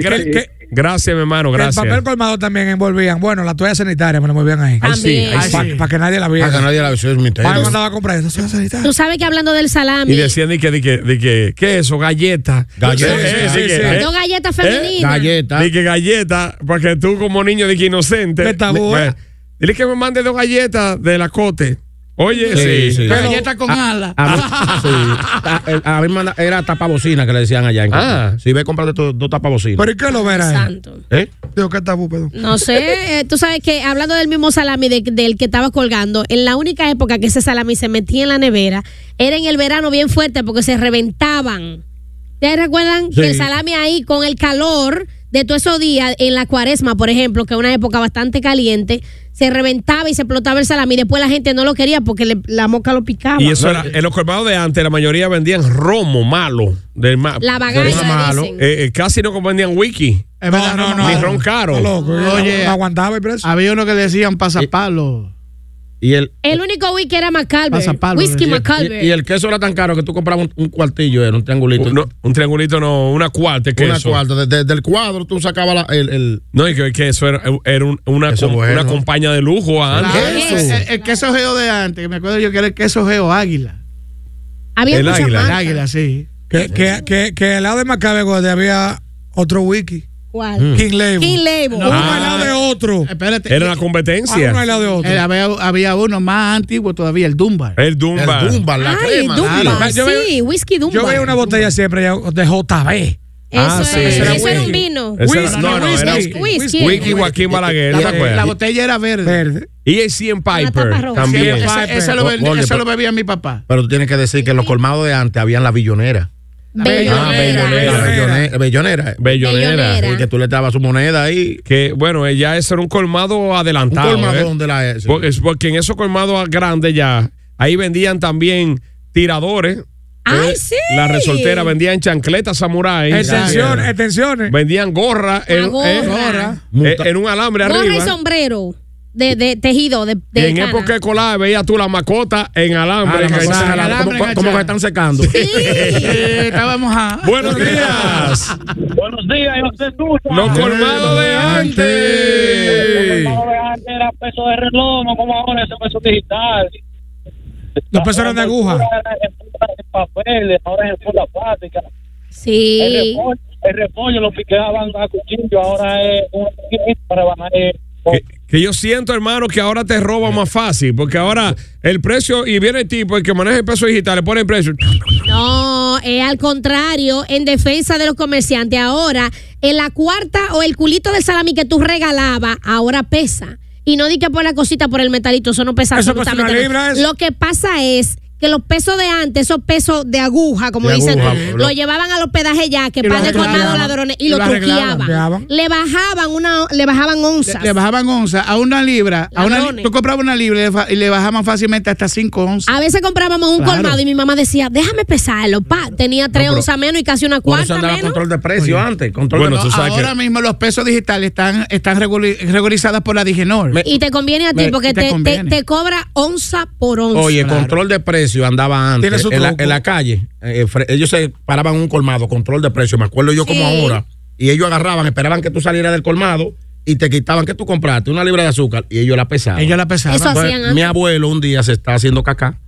S5: ¿Qué-
S2: gra-
S5: qué- qué-
S2: gracias, mi hermano,
S5: El papel
S2: gracias.
S5: colmado también envolvían. Bueno, la toalla sanitaria me la envolvían ahí.
S4: Ahí Ah, sí, ahí sí.
S5: Para que nadie la viera.
S4: Para Ah, que nadie la vea, es mi
S5: Para
S4: tenis.
S5: cuando andaba a comprar eso, toalla sanitaria.
S6: Tú sabes que hablando del
S2: Y
S6: salami,
S2: decían de que, de que, de que, ¿qué es eso? Galleta.
S4: Galleta,
S2: Eh,
S4: sí,
S2: de que,
S4: sí.
S2: eh,
S6: dos galletas
S2: ¿Eh?
S6: femeninas.
S2: Dile que galleta, porque tú como niño de que inocente.
S5: De tabú.
S2: me- me- Dile que me mande dos galletas de la cote. Oye, sí.
S4: Sí, sí.
S2: Pero-
S3: Galleta con ala.
S4: A mí, sí. A- el- a mí manda- era tapabocina que le decían allá. En
S2: Ah.
S4: Si ve, comprate tu- dos tapabocinas.
S5: ¿Pero y qué lo verás?
S6: Santo.
S4: ¿Eh?
S5: Digo, qué tabú, perdón.
S6: No sé, eh, tú sabes que hablando del mismo salami de- del que estaba colgando, en la única época que ese salami se metía en la nevera, era en el verano bien fuerte porque se reventaban. ¿Ustedes recuerdan
S10: Sí.
S6: que el salami ahí con el calor de todos esos días, en la cuaresma, por ejemplo, que es una época bastante caliente, se reventaba y se explotaba el salami y después la gente no lo quería porque le- la mosca lo picaba.
S2: Y eso era, en los colmados de antes, la mayoría vendían romo malo. Del ma-
S6: La bagaza,
S2: del ron
S6: dicen.
S2: Eh, eh, casi no vendían wiki.
S3: Ah, no, no, no.
S2: Ni ron caro.
S5: Loco, yo
S3: Oye,
S5: no aguantaba el precio.
S3: Había uno que le decían pasapalo.
S4: Y el,
S6: El único whisky era McAlver.
S4: Pasapalo,
S6: Whisky
S4: y el-
S6: McAlver.
S4: Y, y el queso era tan caro que tú comprabas un, un cuartillo, era un triangulito.
S2: Un, no, un triangulito no, una cuarta de
S4: Una
S2: queso.
S4: cuarta. Desde el cuadro tú sacabas la- el, el-
S2: No, y que, que eso era, era un- una,
S4: Eso
S2: com-
S4: bueno.
S2: una compañía de lujo antes.
S3: El, el- el queso geo de antes, que me acuerdo yo que era el queso geo águila.
S6: Había
S5: El
S3: muchas
S5: águila.
S3: marcas. El águila, sí.
S5: Que, que, que, que al lado de Macabe Gordi había otro wiki.
S6: ¿Cuál?
S3: Mm.
S5: King Label.
S6: King Label.
S5: Uno
S2: Ah.
S5: al lado de otro.
S3: Espérate.
S2: Era la competencia.
S5: Ah, uno al lado de otro.
S3: Eh, había, había uno más antiguo todavía, el Dunbar.
S2: El Dumba.
S4: el Dumba, la
S6: Ay,
S4: crema.
S6: Dunbar,
S4: dale.
S6: sí, whisky Dunbar.
S5: Yo veía una botella siempre ya de JB.
S6: Eso,
S2: Ah,
S6: es-
S2: sí.
S6: eso era
S2: Era
S6: un
S2: whisky.
S6: vino.
S2: Esa era- no, no, era
S6: Whisky. Whisky.
S2: Wiki Joaquín Balaguer,
S3: La,
S2: ¿te
S3: la
S2: acuerdas?
S3: botella era verde.
S2: Y el 100
S6: tapa
S2: Piper
S6: roja.
S2: también.
S3: Ese-
S4: Piper.
S3: ese lo, ven-
S4: Gordi,
S3: ese lo
S4: pero-
S3: bebía mi papá.
S4: Pero tú tienes que decir que en los colmados de antes habían la billonera.
S3: Ah,
S6: Bellonera.
S4: La bellonera. Bellonera.
S2: Bellonera.
S4: Y que tú le dabas su moneda ahí.
S2: Que bueno, eh, ya eso era un colmado
S4: Un
S2: adelantado.
S4: colmado
S2: ¿eh?
S4: donde la es.
S2: Porque, es porque en esos colmados grandes ya, ahí vendían también tiradores. eh,
S6: Ay, sí.
S2: La resoltera, vendían chancletas samurai.
S5: Extensiones, extensiones.
S2: Vendían gorra, en,
S6: gorra.
S2: eh,
S6: Gorra.
S2: eh, en un alambre
S6: Gorra y
S2: arriba.
S6: sombrero de, de tejido de,
S2: Y
S6: de
S2: en
S6: cana.
S2: época escolar veías tú la macota en
S4: Ah,
S2: alambre.
S4: la
S2: enganchada.
S4: macota en alambre, como-
S3: alambre
S4: Como
S3: enganchada.
S4: que están secando.
S3: Eh, estábamos a.
S2: Buenos días.
S8: Buenos días, José Susa.
S2: Los colmados de antes.
S8: Los colmados de antes era peso de reloj, no como ahora ese peso digital.
S5: Los pesos eran de aguja.
S8: Ahora es en papeles, ahora es en funda plástica. El
S6: Sí.
S8: repollo, el repollo lo piqueaban a cuchillo, ahora es un chiquito para bajar. eh,
S2: Que, que yo siento, hermano, que ahora te roba más fácil. Porque ahora el precio, y viene el tipo, el que maneja el peso digital, le pone el precio.
S6: No, eh, al contrario, en defensa de los comerciantes, ahora en la cuarta o el culito de salami que tú regalabas, ahora pesa. Y no di que por la cosita, por el metalito, eso no pesa
S5: Eso
S6: absolutamente
S5: pesa una
S6: nada.
S5: libra, eso.
S6: Lo que pasa es que los pesos de antes, esos pesos de aguja, como
S4: De
S6: dicen,
S4: aguja,
S6: lo,
S4: lo-
S6: llevaban al hospedaje ya, que
S3: Y lo
S6: pan de
S3: arreglaban.
S6: colmado ladrones, y,
S3: Y
S6: lo,
S3: lo arreglaban.
S6: truqueaban. Le bajaban una, le bajaban onzas.
S3: Le, le bajaban onza a una libra. A una, li-
S6: Ladrones.
S3: tú comprabas una libra y le, fa- y le bajaban fácilmente hasta 5 onzas.
S6: A veces comprábamos un
S3: Claro.
S6: colmado y mi mamá decía, déjame pesarlo, pa. Tenía tres
S4: pero-
S6: onzas menos y casi una
S4: Por eso
S6: cuarta
S4: andaba
S6: menos.
S4: control de precio antes. Control
S2: Bueno,
S4: de
S2: tú sabes
S3: Ahora
S2: que.
S3: mismo los pesos digitales están, están reguli- regularizadas por la Digenor.
S4: Me-
S6: Y te conviene a ti
S3: Me-
S6: porque
S3: te
S6: te, te-
S3: conviene.
S6: te cobra onza por onza.
S4: Oye,
S3: Claro.
S4: control de precio andaba
S5: Tiene
S4: antes.
S5: su
S4: En la,
S5: truco.
S4: en la calle. eh, fre- ellos se paraban en un colmado, control de precio. Me acuerdo yo como
S6: Sí.
S4: ahora. Y ellos agarraban, esperaban que tú salieras del colmado y te quitaban que tú compraste una libra de azúcar y ellos la pesaban.
S3: Ellos la pesaban.
S6: Eso hacían
S4: Entonces, mi
S6: antes.
S4: abuelo un día se está haciendo cacá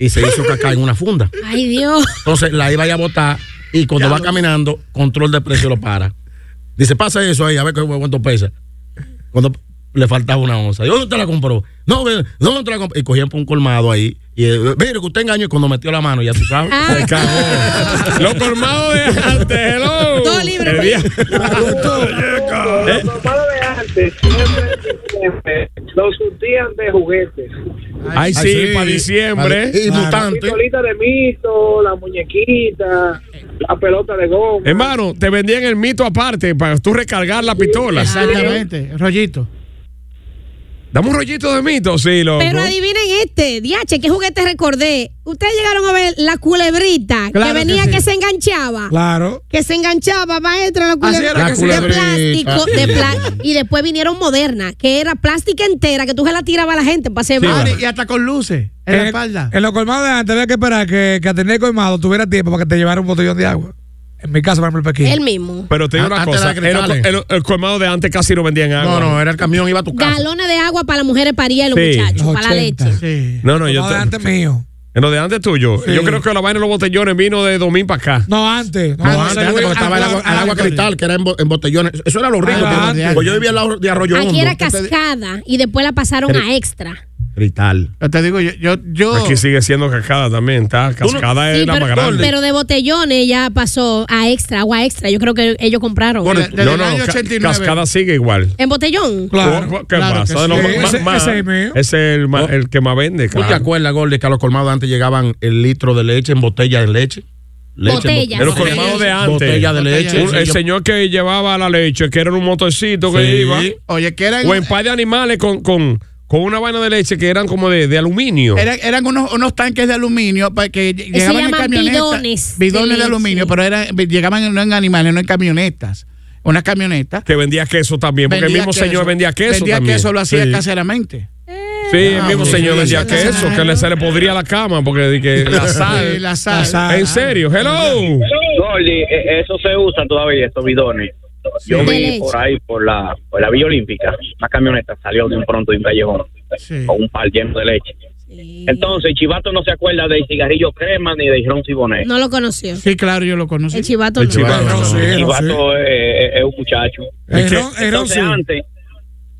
S4: y se hizo cacá en una funda.
S6: Ay, Dios.
S4: Entonces la iba a ir a botar y cuando va caminando, control de precio lo para. Dice, pasa eso ahí, a ver cu- cuánto pesa. Cuando le faltaba una onza. ¿Y dónde te la compró? No, ve- ¿dónde te la compró? Y cogían por un colmado ahí. Y eh, mire que usted engañó y cuando metió la mano, ya tú sabes.
S6: Ah.
S4: Se cagó.
S2: Los colmados de antes, hello.
S6: Todo libre,
S2: El día-
S7: Los hermanos de antes siempre los surtían de juguetes.
S2: Ay, sí,
S4: Ay, sí.
S2: para diciembre.
S4: Y mutante.
S7: Pistolita de mito, la muñequita, la pelota de goma.
S2: Hermano, te vendían el mito aparte para tú recargar la pistola.
S3: Exactamente, rollito.
S2: Dame un rollito de mito, sí, loco.
S6: Pero adivinen este, diache, ¿qué juguete recordé? Ustedes llegaron a ver la culebrita que
S3: Claro que
S6: venía que,
S3: sí.
S6: se enganchaba.
S5: Claro.
S6: Que se enganchaba, maestra, la culebrita.
S3: era
S4: que se
S6: de
S4: llama.
S6: plástico.
S4: La
S6: de pla- y después vinieron modernas, que era plástica entera, que tú se la tirabas a la gente para hacer
S3: Ah,
S6: barrio.
S3: y hasta con luces en la espalda.
S5: En los colmados de antes había que esperar que, que a tener colmado tuviera tiempo para que te llevara un botellón de agua. En mi caso, por ejemplo, el Pekín.
S6: El mismo.
S2: Pero
S3: Ah,
S2: te digo una
S4: Antes
S2: cosa:
S4: era
S2: el,
S4: cristales.
S2: el- el colmado de antes casi no vendían
S4: No,
S2: agua.
S4: no, era el camión, iba a tu casa.
S6: Galones de agua para las mujeres paría y los
S2: Sí.
S6: muchachos,
S5: Los
S6: para la
S5: 80.
S6: leche.
S3: Sí.
S2: No, no,
S5: El
S2: yo
S5: colmado de
S2: te-
S5: antes mío.
S2: En lo de antes tuyo. Yo creo que la vaina de los botellones vino de Domín para acá.
S5: No, antes. No,
S4: No, antes, antes, porque estaba el agua, el agua
S5: antes.
S4: cristal, que era en, bo- en botellones. Eso era lo rico.
S5: Ah,
S4: porque-
S5: antes.
S4: porque yo vivía al lado de Arroyo
S6: Aquí
S4: Hondo.
S6: era cascada y después la pasaron a extra.
S4: Cristal.
S3: Yo te digo, yo, yo, yo-
S2: Aquí sigue siendo cascada también, está. Cascada
S6: Sí,
S2: es la
S6: pero,
S2: más grande.
S6: pero de botellones ya pasó a extra, agua extra. Yo creo que ellos compraron.
S3: Gordo.
S6: ¿no?
S3: desde
S2: no,
S3: el
S2: no,
S3: año
S2: ca-
S3: 89.
S2: cascada sigue igual.
S6: ¿En botellón?
S5: Claro.
S2: ¿Qué
S3: claro
S2: pasa?
S3: que
S2: De los
S3: sí.
S5: Ese-
S2: ma- ma-
S5: ese es mío.
S2: es el, ma- el que más vende,
S4: Oh. ¿Tú te
S2: claro.
S4: acuerdas, Gordy, que a los colmados de antes llegaban el litro de leche en botella de leche? leche
S6: Botella.
S4: en
S2: Pero
S4: bo-
S6: Los
S2: colmado de antes.
S4: Botella de
S3: Botella
S4: leche.
S2: Un- el señor que llevaba la leche, que era un motorcito que
S4: Sí.
S2: iba.
S3: Oye, que eran,
S2: O en par de animales con, con, con una vaina de leche que eran como de, de aluminio.
S3: eran, eran unos, unos tanques de aluminio pa- que lle- llegaban en
S6: llaman
S3: camionetas.
S6: bidones de
S3: bidones de
S6: leche.
S3: aluminio, pero eran, llegaban no en animales, no en camionetas. Unas camionetas.
S2: que vendía queso también, porque el
S3: Vendía
S2: mismo señor
S3: queso.
S2: vendía queso
S3: Vendía
S2: también.
S3: queso, lo hacía
S2: Sí.
S3: caseramente.
S2: Sí, el mismo señor decía que eso, que le- se le podría la cama porque di que la
S3: Sí,
S2: sal.
S3: la sal.
S2: En serio, hello.
S7: Gordy, eh, eso se usa todavía, estos bidones. Yo
S3: Sí. De
S7: vi
S3: leche.
S7: por ahí, por la, por la Villa Olímpica, una camioneta salió de un pronto de un callejón con un par lleno de leche. Entonces, Chivato no se acuerda del cigarrillo crema ni de ron cibonet.
S6: No lo conoció.
S3: Sí, claro, yo lo conocí.
S6: El chivato
S3: El
S6: no.
S3: chivato,
S6: no.
S3: sí.
S7: El
S3: no,
S7: vato es, es- es un muchacho. Entonces, antes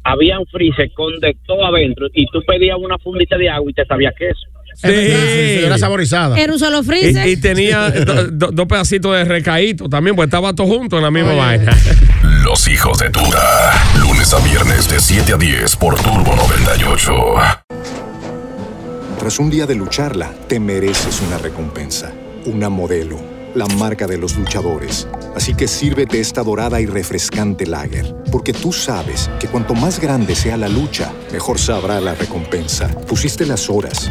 S7: había un freezer con de todo adentro y tú pedías una fundita de agua y te sabía queso.
S4: era saborizada.
S6: Era un solo freezer.
S2: Y, y tenía do- do- dos pedacitos de recaíto también, pues estaba todo junto en la misma vaina.
S1: Los hijos de Tuta. Lunes a viernes de 7 a 10 por Turbo 98.
S10: Tras un día de lucharla, te mereces una recompensa. Una modelo. La marca de los luchadores. Así que sírvete esta dorada y refrescante lager. Porque tú sabes que cuanto más grande sea la lucha, mejor sabrá la recompensa. Pusiste las horas.